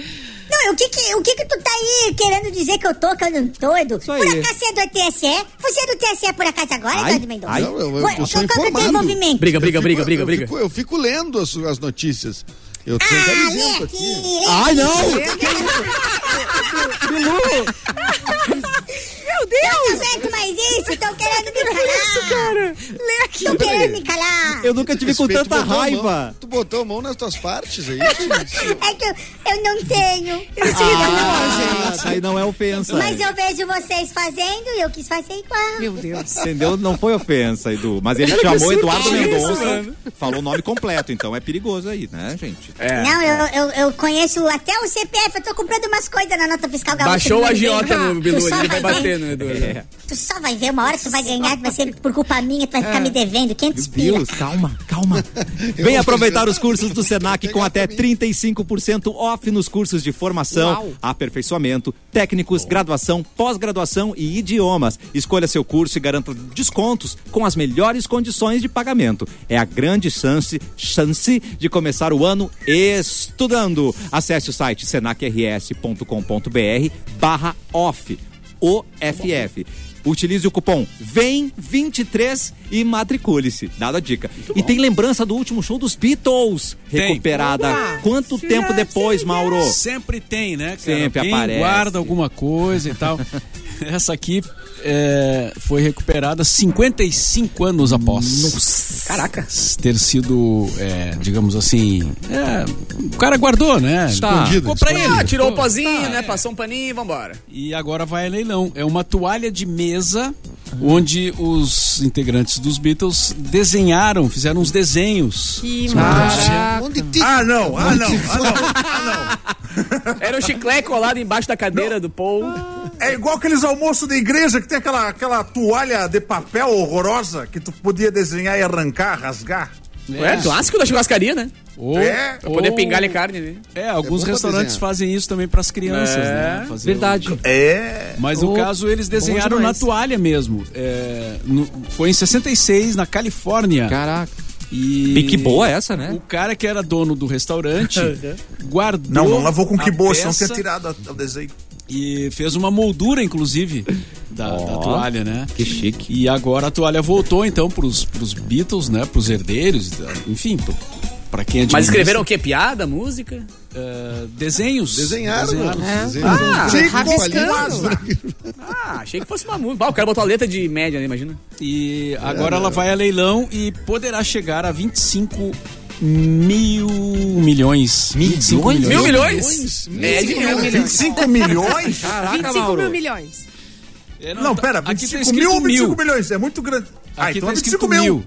Speaker 8: Não, o que que, o que que tu tá aí querendo dizer que eu tô, que eu não tô, Edu? Por
Speaker 1: aí.
Speaker 8: acaso você é do TSE? Você é do TSE por acaso agora,
Speaker 1: Ai,
Speaker 8: Eduardo Mendonça?
Speaker 1: ai.
Speaker 6: Não, eu- eu
Speaker 8: Qual-
Speaker 6: sou
Speaker 8: qual que é o teu
Speaker 6: informado.
Speaker 8: envolvimento?
Speaker 2: Briga,
Speaker 6: Eu
Speaker 2: briga,
Speaker 6: fico-
Speaker 2: briga, briga,
Speaker 6: eu
Speaker 2: briga.
Speaker 6: Fico, eu fico lendo as, as notícias. Eu tô
Speaker 8: Ah,
Speaker 6: inteligente
Speaker 8: Leque!
Speaker 6: aqui.
Speaker 1: Ai, não!
Speaker 3: Meu Deus!
Speaker 8: Eu não aguento mais isso, estão querendo me calar. isso, cara?
Speaker 3: Lê aqui.
Speaker 8: Estão querendo me calar.
Speaker 1: Eu nunca tive com
Speaker 6: Respeito,
Speaker 1: tanta
Speaker 6: botou a mão-
Speaker 1: raiva.
Speaker 6: tu botou a mão nas tuas partes aí? tá
Speaker 8: É que eu, eu não tenho. É,
Speaker 1: Ah, Aí não é ofensa.
Speaker 8: Mas eu vejo vocês fazendo e eu quis fazer igual.
Speaker 3: Meu Deus.
Speaker 1: Entendeu? Não foi ofensa, Edu. Mas ele chamou Eduardo
Speaker 8: né?
Speaker 1: Mendonça. Falou o nome completo, então é perigoso aí, né, gente?
Speaker 8: Não, eu, eu, eu conheço até o CPF, eu tô comprando umas coisas na nota fiscal gaúcha.
Speaker 2: Baixou
Speaker 8: tu
Speaker 2: a
Speaker 8: vai ver.
Speaker 2: agiota no
Speaker 8: Tu
Speaker 2: Bilu,
Speaker 8: só
Speaker 2: ele vai
Speaker 8: ver-
Speaker 2: bater né? no Edu.
Speaker 1: É.
Speaker 8: Tu só vai ver uma hora que tu vai ganhar, que vai ser por culpa minha, tu vai ficar me devendo 500 pila.
Speaker 1: Deus, calma, calma. Vem aproveitar os cursos do Senac com até 35% off nos cursos de formação,
Speaker 3: Uau.
Speaker 1: aperfeiçoamento, técnicos, graduação, pós-graduação e idiomas. Escolha seu curso e garanta descontos com as melhores condições de pagamento. É a grande chance, chance de começar o ano estudando. Acesse o site senacrs.com.br barra off. OFF. Utilize o cupom VEM23 e matricule-se. Dada a dica. E tem lembrança do último show dos Beatles.
Speaker 5: Tem.
Speaker 1: Recuperada. Quanto tempo depois, Mauro?
Speaker 5: Sempre tem, né, cara?
Speaker 1: Sempre
Speaker 5: Alguém
Speaker 1: aparece.
Speaker 5: guarda alguma coisa e tal. Essa aqui é, foi recuperada 55 anos após.
Speaker 2: Caraca.
Speaker 5: Ter sido, é, digamos assim. é, o cara guardou, né?
Speaker 6: Escondido,
Speaker 5: Ficou pra
Speaker 2: Ah,
Speaker 5: ele.
Speaker 2: tirou o pozinho,
Speaker 6: é.
Speaker 2: né? Passou um paninho, vambora.
Speaker 5: E agora vai a leilão. É uma toalha de mesa onde os integrantes dos Beatles desenharam, fizeram uns desenhos.
Speaker 3: Que maravilha.
Speaker 6: Onde tem-
Speaker 7: Ah, não, ah, não, ah, não.
Speaker 2: Era um chiclete colado embaixo da cadeira do Paul.
Speaker 7: É igual aqueles almoços da igreja que tem aquela, aquela toalha de papel horrorosa que tu podia desenhar e arrancar, rasgar.
Speaker 2: É, clássico da churrascaria, né?
Speaker 5: Né? Ou,
Speaker 7: É, pra
Speaker 2: Pra poder
Speaker 5: ou-
Speaker 2: pingar-lhe carne ali.
Speaker 5: É, alguns
Speaker 6: bom pra
Speaker 5: restaurantes
Speaker 6: desenhar.
Speaker 5: fazem isso também para as crianças,
Speaker 2: É,
Speaker 5: né? Fazer
Speaker 1: Verdade.
Speaker 7: É.
Speaker 5: o- Mas no
Speaker 1: Oh,
Speaker 5: caso eles desenharam na
Speaker 1: demais.
Speaker 5: toalha mesmo. É, no- foi em 66 na Califórnia.
Speaker 1: Caraca.
Speaker 5: E,
Speaker 1: E que boa essa, né?
Speaker 5: O cara que era dono do restaurante guardou.
Speaker 7: Não, não lavou com que
Speaker 5: a
Speaker 7: boa, senão
Speaker 5: peça
Speaker 7: tinha tirado a- o desenho.
Speaker 5: E fez uma moldura, inclusive, da, da toalha, né?
Speaker 1: Que chique.
Speaker 5: E agora a toalha voltou, então, pros, pros Beatles, né? Pros herdeiros, da- enfim, pro- pra quem é administra.
Speaker 2: Mas escreveram o quê? Piada, música?
Speaker 5: Eh, desenhos.
Speaker 6: Desenharam. desenharam.
Speaker 2: Ah,
Speaker 3: Rabiscando.
Speaker 2: Ah, achei que fosse uma música. Ah, o cara botou a letra de média, né? Imagina.
Speaker 1: É,
Speaker 5: E
Speaker 1: né?
Speaker 5: agora ela vai a leilão e poderá chegar a 25 mil milhões. 25
Speaker 1: Milhões? Mil
Speaker 2: Mil milhões? Média de
Speaker 5: um
Speaker 2: mil milhões.
Speaker 7: 25 milhões?
Speaker 3: 25 mil milhões.
Speaker 5: É,
Speaker 7: Não,
Speaker 5: tá-
Speaker 7: pera,
Speaker 5: aqui tá
Speaker 7: 25
Speaker 5: escrito
Speaker 7: mil ou 25 milhões? É muito grande. Ah,
Speaker 5: Aqui
Speaker 7: então
Speaker 5: tá
Speaker 7: é
Speaker 5: escrito
Speaker 7: 25 mil.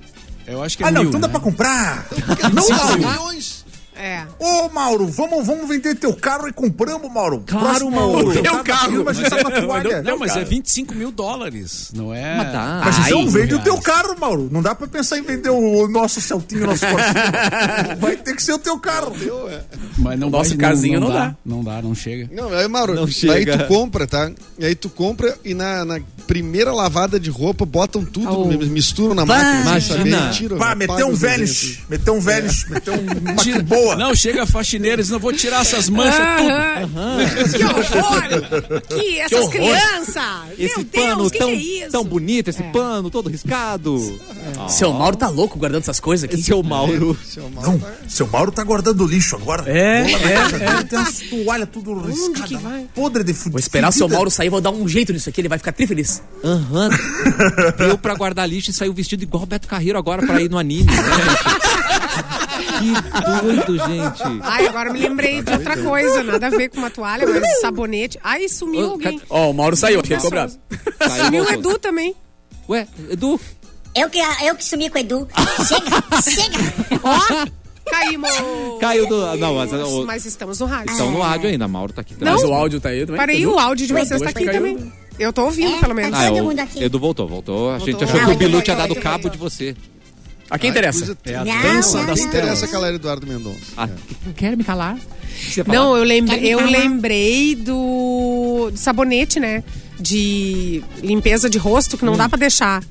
Speaker 5: Eu acho que é
Speaker 7: Ah, não,
Speaker 5: mil,
Speaker 7: então dá
Speaker 5: né?
Speaker 7: pra comprar. Não, Mauro.
Speaker 6: milhões.
Speaker 3: É.
Speaker 7: Ô, Mauro, vamos, vamos vender teu carro e compramos, Mauro.
Speaker 1: Claro,
Speaker 7: Próximo
Speaker 1: Mauro.
Speaker 7: jantar
Speaker 2: Teu
Speaker 7: da
Speaker 2: carro.
Speaker 7: firma, a gente tá na toalha.
Speaker 5: Não, mas
Speaker 2: cara.
Speaker 5: é 25 mil dólares, não é?
Speaker 1: Mas dá.
Speaker 7: Mas
Speaker 2: Ai,
Speaker 7: então
Speaker 5: mil
Speaker 7: vende o teu
Speaker 5: reais.
Speaker 7: carro, Mauro. Não dá pra pensar em vender o nosso Celtinho, o nosso Corsinha. Vai ter que ser o teu carro.
Speaker 6: Eu, é.
Speaker 5: Mas não
Speaker 2: Nosso
Speaker 5: vai-
Speaker 2: casinho não dá.
Speaker 5: Não dá, não chega.
Speaker 6: Não, aí, Mauro,
Speaker 1: Não
Speaker 6: aí
Speaker 1: chega.
Speaker 6: tu compra, tá? E aí tu compra e na, na primeira lavada de roupa botam tudo, misturam na máquina. assim, sem
Speaker 1: imagina.
Speaker 6: saber, e tiram,
Speaker 7: Vá,
Speaker 6: apagam
Speaker 7: meter um
Speaker 6: os
Speaker 7: Vélez.
Speaker 6: desenhos.
Speaker 7: Meter um Vélez. Meter um uma boa.
Speaker 5: Não, chega a faxineira, eles não vou tirar essas manchas
Speaker 1: Ah,
Speaker 5: tudo.
Speaker 3: Que horror! Que essas crianças!
Speaker 1: Esse
Speaker 3: Meu
Speaker 1: pano
Speaker 3: Deus, que
Speaker 1: tão,
Speaker 3: que é isso?
Speaker 1: tão bonito, esse pano todo riscado.
Speaker 2: Seu Mauro tá louco guardando essas coisas aqui.
Speaker 1: Seu Mauro.
Speaker 6: Isso é uma-
Speaker 7: Não, seu Mauro tá guardando lixo agora. É, é, Tem umas toalhas tudo
Speaker 3: Onde que
Speaker 7: riscadas,
Speaker 3: vai?
Speaker 7: podre de fudido.
Speaker 2: Vou esperar o seu Mauro sair, vou dar um jeito nisso aqui, ele vai ficar trifeliz.
Speaker 1: Aham. Deu pra guardar lixo e saiu vestido igual o Beto Carreiro agora pra ir no anime. né, gente? que doido, gente.
Speaker 3: Ai, agora me lembrei de outra coisa, nada a ver com uma toalha, mas um sabonete. Ai, sumiu alguém.
Speaker 2: Ó, o Mauro saiu, achei que ficou bravo.
Speaker 1: Saiu
Speaker 3: Sumiu o
Speaker 1: voltou.
Speaker 3: Edu também.
Speaker 1: Ué, é Edu.
Speaker 8: Eu que, eu que sumi com o Edu. Chega, chega.
Speaker 3: Caímos.
Speaker 1: Caiu do. Não, mas. o- Então,
Speaker 3: Mas estamos no rádio.
Speaker 1: Estão no áudio ainda, Mauro tá aqui também.
Speaker 2: Mas
Speaker 3: Não.
Speaker 2: o áudio tá aí também.
Speaker 3: Parei,
Speaker 2: Edu?
Speaker 3: o áudio de
Speaker 2: Ué,
Speaker 3: vocês tá
Speaker 2: dois
Speaker 3: aqui
Speaker 2: caiu.
Speaker 3: também. Eu tô ouvindo,
Speaker 8: É,
Speaker 3: pelo menos.
Speaker 8: tá
Speaker 1: Ah, é,
Speaker 8: Todo
Speaker 1: o
Speaker 8: mundo aqui.
Speaker 1: Edu voltou, voltou. A gente
Speaker 3: Voltou.
Speaker 1: achou que
Speaker 8: Ah,
Speaker 1: o Bilu
Speaker 8: voltou,
Speaker 1: tinha dado
Speaker 8: voltou,
Speaker 1: cabo
Speaker 8: voltou.
Speaker 1: de você.
Speaker 2: A quem interessa?
Speaker 6: Coisa-
Speaker 5: É a
Speaker 8: Não,
Speaker 5: dança das
Speaker 8: não, não.
Speaker 5: telas.
Speaker 6: Interessa a galera Eduardo
Speaker 3: É.
Speaker 6: Mendonça.
Speaker 1: Ah, quer me calar? Você ia falar?
Speaker 3: Não, eu lembrei,
Speaker 8: Quer
Speaker 3: eu
Speaker 8: falar?
Speaker 3: lembrei do, do sabonete, né? De limpeza de rosto que não dá pra deixar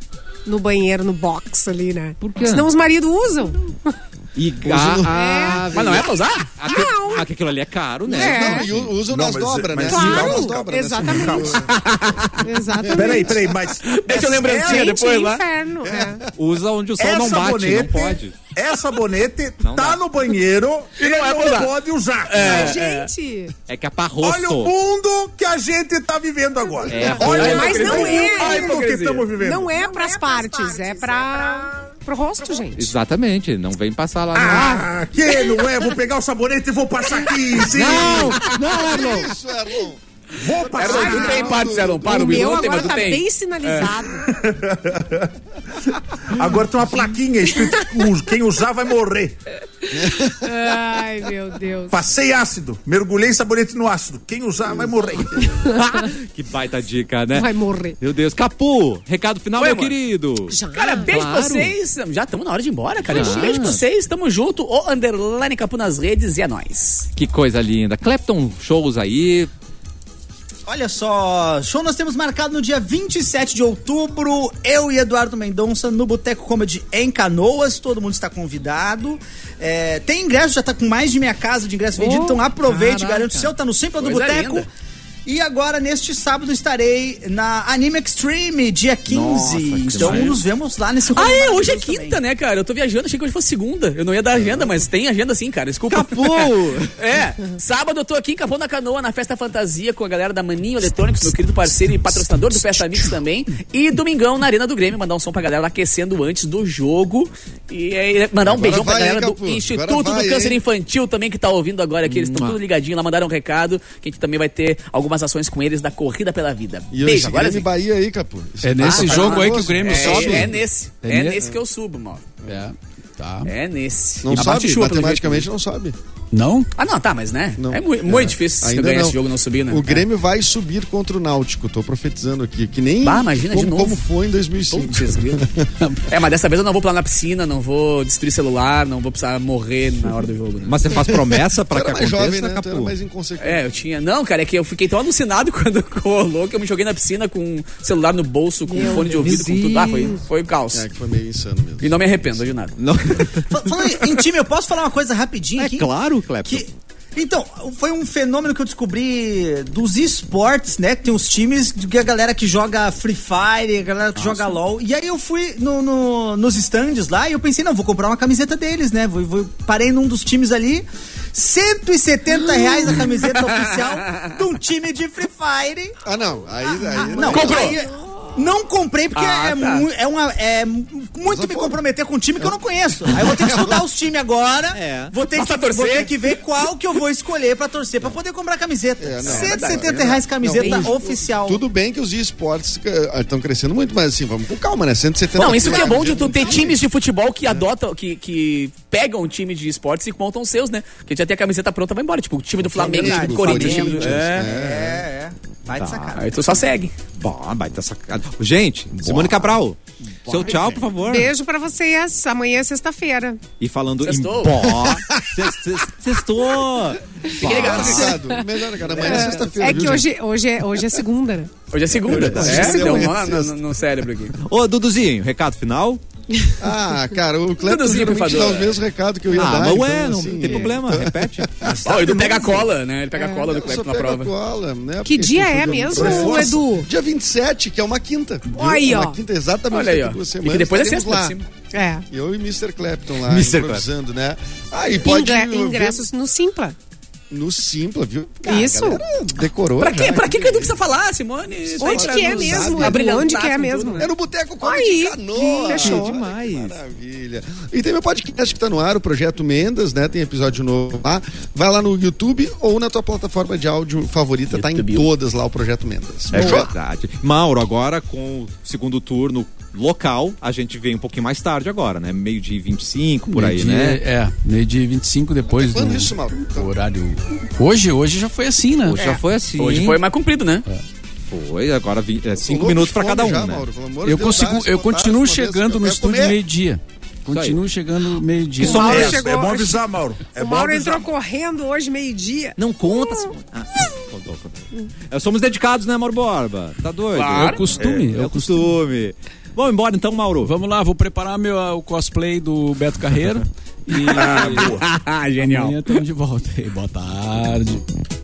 Speaker 3: no banheiro, no box ali, né?
Speaker 1: Por quê?
Speaker 3: Senão os maridos usam.
Speaker 1: E ah, ah,
Speaker 2: Mas não é pra usar?
Speaker 1: aque-
Speaker 3: Não.
Speaker 1: ah, que aquilo ali é caro, né?
Speaker 3: É.
Speaker 6: Não, e u- usam
Speaker 7: Não,
Speaker 6: nas
Speaker 7: mas-
Speaker 6: dobras, né?
Speaker 7: mas-
Speaker 6: Usam
Speaker 7: Claro,
Speaker 6: nas dobras, né?
Speaker 3: exatamente. Exatamente.
Speaker 7: Peraí, peraí, mas.
Speaker 2: Deixa eu lembrancinha
Speaker 3: Gente, é
Speaker 2: depois lá.
Speaker 3: inferno. é.
Speaker 1: Usa onde o sol
Speaker 7: É
Speaker 1: não bate,
Speaker 7: sabonete,
Speaker 1: não pode.
Speaker 7: é sabonete,
Speaker 1: Não
Speaker 7: tá
Speaker 1: dá.
Speaker 7: no banheiro e
Speaker 2: não é
Speaker 7: não,
Speaker 2: pra usar.
Speaker 7: pode usar.
Speaker 3: Ai, É. gente.
Speaker 1: É que é pra rosto.
Speaker 7: Olha o mundo que a gente tá vivendo agora.
Speaker 1: É,
Speaker 7: Olha
Speaker 3: mas não é.
Speaker 7: o mundo que estamos vivendo.
Speaker 3: Não é pras partes, é pra. Pro rosto, gente.
Speaker 1: Exatamente, não vem passar lá.
Speaker 7: Ah, que não é? Vou pegar o sabonete e vou passar aqui, sim.
Speaker 1: Não, não, não, não.
Speaker 6: Isso, é Erlon.
Speaker 7: Vou
Speaker 2: Erlon,
Speaker 7: passar.
Speaker 2: tu tem parte, Erlon. Para,
Speaker 1: um
Speaker 3: O
Speaker 2: o Bilu
Speaker 3: meu
Speaker 2: não tem, mas
Speaker 3: agora
Speaker 2: tu
Speaker 3: tá
Speaker 2: tem.
Speaker 3: bem sinalizado.
Speaker 7: Agora tem uma plaquinha escrito "Us- quem usar vai morrer.
Speaker 3: Ai, meu Deus.
Speaker 7: Passei ácido, mergulhei sabonete no ácido. Quem usar vai morrer.
Speaker 1: que baita dica, né?
Speaker 3: Vai morrer.
Speaker 1: Meu Deus, Capu, recado final,
Speaker 2: Oi,
Speaker 1: meu
Speaker 2: amor.
Speaker 1: querido.
Speaker 2: Cara, beijo pra
Speaker 1: Claro.
Speaker 2: vocês. Já estamos na hora de ir embora, cara. Beijo pra vocês. Tamo junto. O Underline Capu nas redes e é nóis.
Speaker 1: Que coisa linda. Clapton shows aí.
Speaker 4: Olha só, show nós temos marcado no dia 27 de outubro, eu e Eduardo Mendonça no Boteco Comedy em Canoas, todo mundo está convidado. É, tem ingresso, já tá com mais de meia casa de ingresso vendido, então aproveite,
Speaker 1: caraca.
Speaker 4: garante o seu, tá no Simpla do
Speaker 2: Oh, Coisa
Speaker 4: Boteco.
Speaker 2: linda.
Speaker 4: E agora, neste sábado, estarei na Anime Extreme, dia 15. então nos vemos lá nesse
Speaker 2: Ah,
Speaker 4: rolê
Speaker 2: é, hoje é
Speaker 4: maravilhoso
Speaker 2: quinta,
Speaker 4: também.
Speaker 2: né, cara? Eu tô viajando, achei que hoje fosse segunda. Eu não ia
Speaker 6: Ah.
Speaker 2: dar agenda, mas tem agenda sim, cara. Desculpa.
Speaker 1: Capu!
Speaker 2: É, sábado eu tô aqui em Capão da Canoa, na Festa Fantasia, com a galera da Maninho Eletrônicos, meu querido parceiro e patrocinador do Festa Mix também. E domingão na Arena do Grêmio, mandar um som pra galera lá aquecendo antes do jogo. E é, mandar um
Speaker 6: Agora
Speaker 2: beijão pra
Speaker 6: vai,
Speaker 2: galera
Speaker 6: hein,
Speaker 2: do
Speaker 6: Capu?
Speaker 2: Instituto
Speaker 6: Agora vai,
Speaker 2: do Câncer
Speaker 6: hein? Hum.
Speaker 2: Infantil também, que tá ouvindo agora aqui. Eles estão tudo ligadinho lá, mandaram um recado, que a gente também vai ter algumas ações com eles da Corrida pela Vida.
Speaker 6: E
Speaker 2: Beijo,
Speaker 6: hoje
Speaker 2: agora
Speaker 6: Grêmio
Speaker 2: sim.
Speaker 6: Bahia aí, Capu.
Speaker 5: É nesse
Speaker 6: tá
Speaker 5: jogo aí que o
Speaker 6: nervoso?
Speaker 5: Grêmio
Speaker 6: É,
Speaker 5: sobe.
Speaker 2: É, é nesse,
Speaker 5: É
Speaker 2: é
Speaker 5: nesse-
Speaker 2: nesse que eu subo, mano.
Speaker 5: É, tá.
Speaker 2: É nesse.
Speaker 6: Não
Speaker 5: E abate
Speaker 6: sobe,
Speaker 5: chuva, pelo
Speaker 6: matematicamente não sobe.
Speaker 5: Não?
Speaker 2: Ah, não, tá, mas né?
Speaker 6: Não.
Speaker 2: É mu- muito, difícil se
Speaker 6: Ainda
Speaker 2: tu ganhar
Speaker 6: não.
Speaker 2: esse jogo e não subir, né?
Speaker 6: O
Speaker 2: É.
Speaker 6: Grêmio vai subir contra o Náutico, tô profetizando aqui. Que nem
Speaker 2: Bah, imagina, de
Speaker 6: como,
Speaker 2: novo.
Speaker 6: como foi em 2005.
Speaker 2: Putz, grilo. é, mas dessa vez eu não vou pular na piscina, não vou destruir celular, não vou precisar morrer na hora do jogo. né?
Speaker 1: Mas você faz promessa pra
Speaker 6: Tu
Speaker 1: que
Speaker 6: era mais
Speaker 1: aconteça,
Speaker 6: jovem, né? Tu era
Speaker 1: Capu?
Speaker 6: mais inconsequente.
Speaker 2: É, eu tinha. Não, cara, é que eu fiquei tão alucinado quando rolou que eu me joguei na piscina com o celular no bolso, com fone de ouvido, com tudo. Ah, foi, foi o caos.
Speaker 6: É, que foi meio insano mesmo.
Speaker 2: E não me arrependo de nada.
Speaker 1: Não-
Speaker 4: Fa- Falando em time, eu posso falar uma coisa rapidinho
Speaker 1: É
Speaker 4: aqui?
Speaker 1: claro, Clepto.
Speaker 4: Que, então, foi um fenômeno que eu descobri dos esportes, né? Que tem os times, que a galera que joga Free Fire, a galera que joga LOL. E aí eu fui no- no- nos stands lá e eu pensei, não, vou comprar uma camiseta deles, né? Vou, vou- parei num dos times ali. 170 reais a camiseta oficial de um time de Free Fire.
Speaker 6: Ah, não. Aí, aí,
Speaker 4: Não, aí- não comprei porque
Speaker 2: Ah,
Speaker 4: é,
Speaker 2: tá.
Speaker 4: mu- é uma, é mu- muito me comprometer com um time que eu não conheço. Aí eu vou ter que estudar os times agora.
Speaker 1: É.
Speaker 4: Vou, ter
Speaker 2: Passa
Speaker 4: que,
Speaker 2: a torcer.
Speaker 4: vou ter que ver qual que eu vou escolher pra torcer, pra poder comprar camiseta.
Speaker 6: É, não,
Speaker 4: 170 reais camiseta
Speaker 6: Não,
Speaker 4: oficial.
Speaker 6: Tudo bem que os esportes eh, estão crescendo muito, mas assim, vamos com calma, né? 170
Speaker 2: Não, isso que é bom de tu ter
Speaker 6: Não,
Speaker 2: times de futebol que adotam, que, que pegam um time de esportes e montam seus, né? Porque já tem a camiseta pronta, vai embora. Tipo, o time do Flamengo, o time do Corinthians. time do- É.
Speaker 4: É, é. Vai de sacar.
Speaker 2: Aí tu só segue.
Speaker 1: Bom, baita sacada. Gente, Simone Cabral, seu tchau, por favor.
Speaker 3: Beijo pra vocês. Amanhã é sexta-feira.
Speaker 1: E falando
Speaker 2: Sextou.
Speaker 1: em bó. Sex- sex- Sextou. É.
Speaker 6: Melhor, Ricardo. Melhor, cara. Amanhã é, sexta-feira.
Speaker 3: É que
Speaker 6: viu, gente?
Speaker 3: hoje, hoje, é, hoje é segunda, né?
Speaker 2: Hoje é segunda.
Speaker 6: Hoje é
Speaker 2: É,
Speaker 6: segunda.
Speaker 2: deu uma no, no- no cérebro aqui.
Speaker 1: Ô, Duduzinho, recado final?
Speaker 6: Ah, cara, o Cleto
Speaker 2: Tudozinho,
Speaker 6: geralmente dá
Speaker 2: pifador.
Speaker 6: os mesmos recados que eu ia
Speaker 1: ah,
Speaker 6: dar.
Speaker 1: mas
Speaker 6: então,
Speaker 1: ué, não
Speaker 6: assim,
Speaker 1: tem
Speaker 6: é.
Speaker 1: problema, repete.
Speaker 2: Ó, ele pega a cola, né? Ele pega a cola do
Speaker 6: Eu só
Speaker 2: Clepto na
Speaker 6: pego a
Speaker 2: prova.
Speaker 6: cola, né?
Speaker 3: Que
Speaker 6: Porque
Speaker 3: dia
Speaker 6: tem
Speaker 3: é
Speaker 6: jogo de
Speaker 3: mesmo,
Speaker 6: prova.
Speaker 3: Edu?
Speaker 6: Dia 27, que é uma quinta. viu?
Speaker 3: Olha aí,
Speaker 6: É Uma
Speaker 3: ó.
Speaker 6: quinta, exatamente
Speaker 2: Olha aí,
Speaker 6: daqui
Speaker 2: ó.
Speaker 6: duas
Speaker 2: E
Speaker 6: semanas.
Speaker 2: que depois é
Speaker 6: estaremos
Speaker 2: sexta por
Speaker 6: lá.
Speaker 2: cima.
Speaker 3: É.
Speaker 6: Eu e Mr. Clapton lá,
Speaker 1: Mr.
Speaker 6: improvisando, né? Ah, e pode
Speaker 3: Ingre-
Speaker 6: ver
Speaker 3: ingressos no Simpla.
Speaker 6: no Simpla, viu?
Speaker 3: Isso.
Speaker 6: a galera Decorou.
Speaker 2: Pra
Speaker 6: já,
Speaker 2: quê? Pra
Speaker 6: né?
Speaker 2: quê que o Edu precisa falar, Simone?
Speaker 3: Onde que é mesmo?
Speaker 2: A
Speaker 3: Edu?
Speaker 2: brilhante
Speaker 3: Onde que é mesmo?
Speaker 6: É no Boteco Comedy
Speaker 3: Aí,
Speaker 6: Canoa.
Speaker 3: fechou.
Speaker 6: Olha que
Speaker 1: Demais.
Speaker 6: Maravilha. E tem meu podcast que tá no ar, o Projeto Mendas, né? Tem episódio novo lá. Vai lá no YouTube ou na tua plataforma de áudio favorita. Tá em
Speaker 2: YouTube.
Speaker 6: todas lá o Projeto Mendas.
Speaker 1: É
Speaker 6: Boa.
Speaker 1: verdade. Mauro, agora com o segundo turno local, a gente vem um pouquinho mais tarde agora, né? Meio-dia e 25, por aí,
Speaker 5: Meio-dia-
Speaker 1: né?
Speaker 5: É, meio-dia e 25 depois
Speaker 6: Até quando
Speaker 5: do
Speaker 6: isso, Mauro? Tá
Speaker 5: do horário. Hoje, hoje já foi assim, né?
Speaker 1: Já foi assim.
Speaker 2: Hoje foi mais comprido, né?
Speaker 1: Foi, agora vi- é, cinco
Speaker 6: Tô louco
Speaker 1: minutos
Speaker 6: de
Speaker 1: pra
Speaker 6: fome
Speaker 1: cada um,
Speaker 6: já,
Speaker 1: né?
Speaker 6: Mauro, pelo amor de
Speaker 5: Eu,
Speaker 6: Deus, dá
Speaker 5: consigo,
Speaker 6: esse
Speaker 5: eu
Speaker 6: contato
Speaker 5: continuo
Speaker 6: uma vez que
Speaker 5: chegando no
Speaker 6: eu quero
Speaker 5: estúdio
Speaker 6: comer.
Speaker 5: meio-dia. Continuo chegando meio-dia.
Speaker 1: Isso
Speaker 7: É,
Speaker 1: Mauro
Speaker 3: chegou
Speaker 7: é bom
Speaker 3: hoje.
Speaker 7: avisar, Mauro. É
Speaker 3: o
Speaker 7: bom
Speaker 3: Mauro
Speaker 7: avisar.
Speaker 3: entrou correndo hoje, meio-dia.
Speaker 1: Não conta. Simone. Ah, tô louco. É, Somos dedicados, né, Mauro Borba? Tá doido?
Speaker 5: É o costume.
Speaker 1: É,
Speaker 5: é o
Speaker 1: o costume. Vamos embora então, Mauro.
Speaker 5: Vamos lá, vou preparar meu, ah, o cosplay do Beto Carreiro. E
Speaker 2: Ah, genial.
Speaker 5: amanhã estamos de volta. aí. Boa tarde.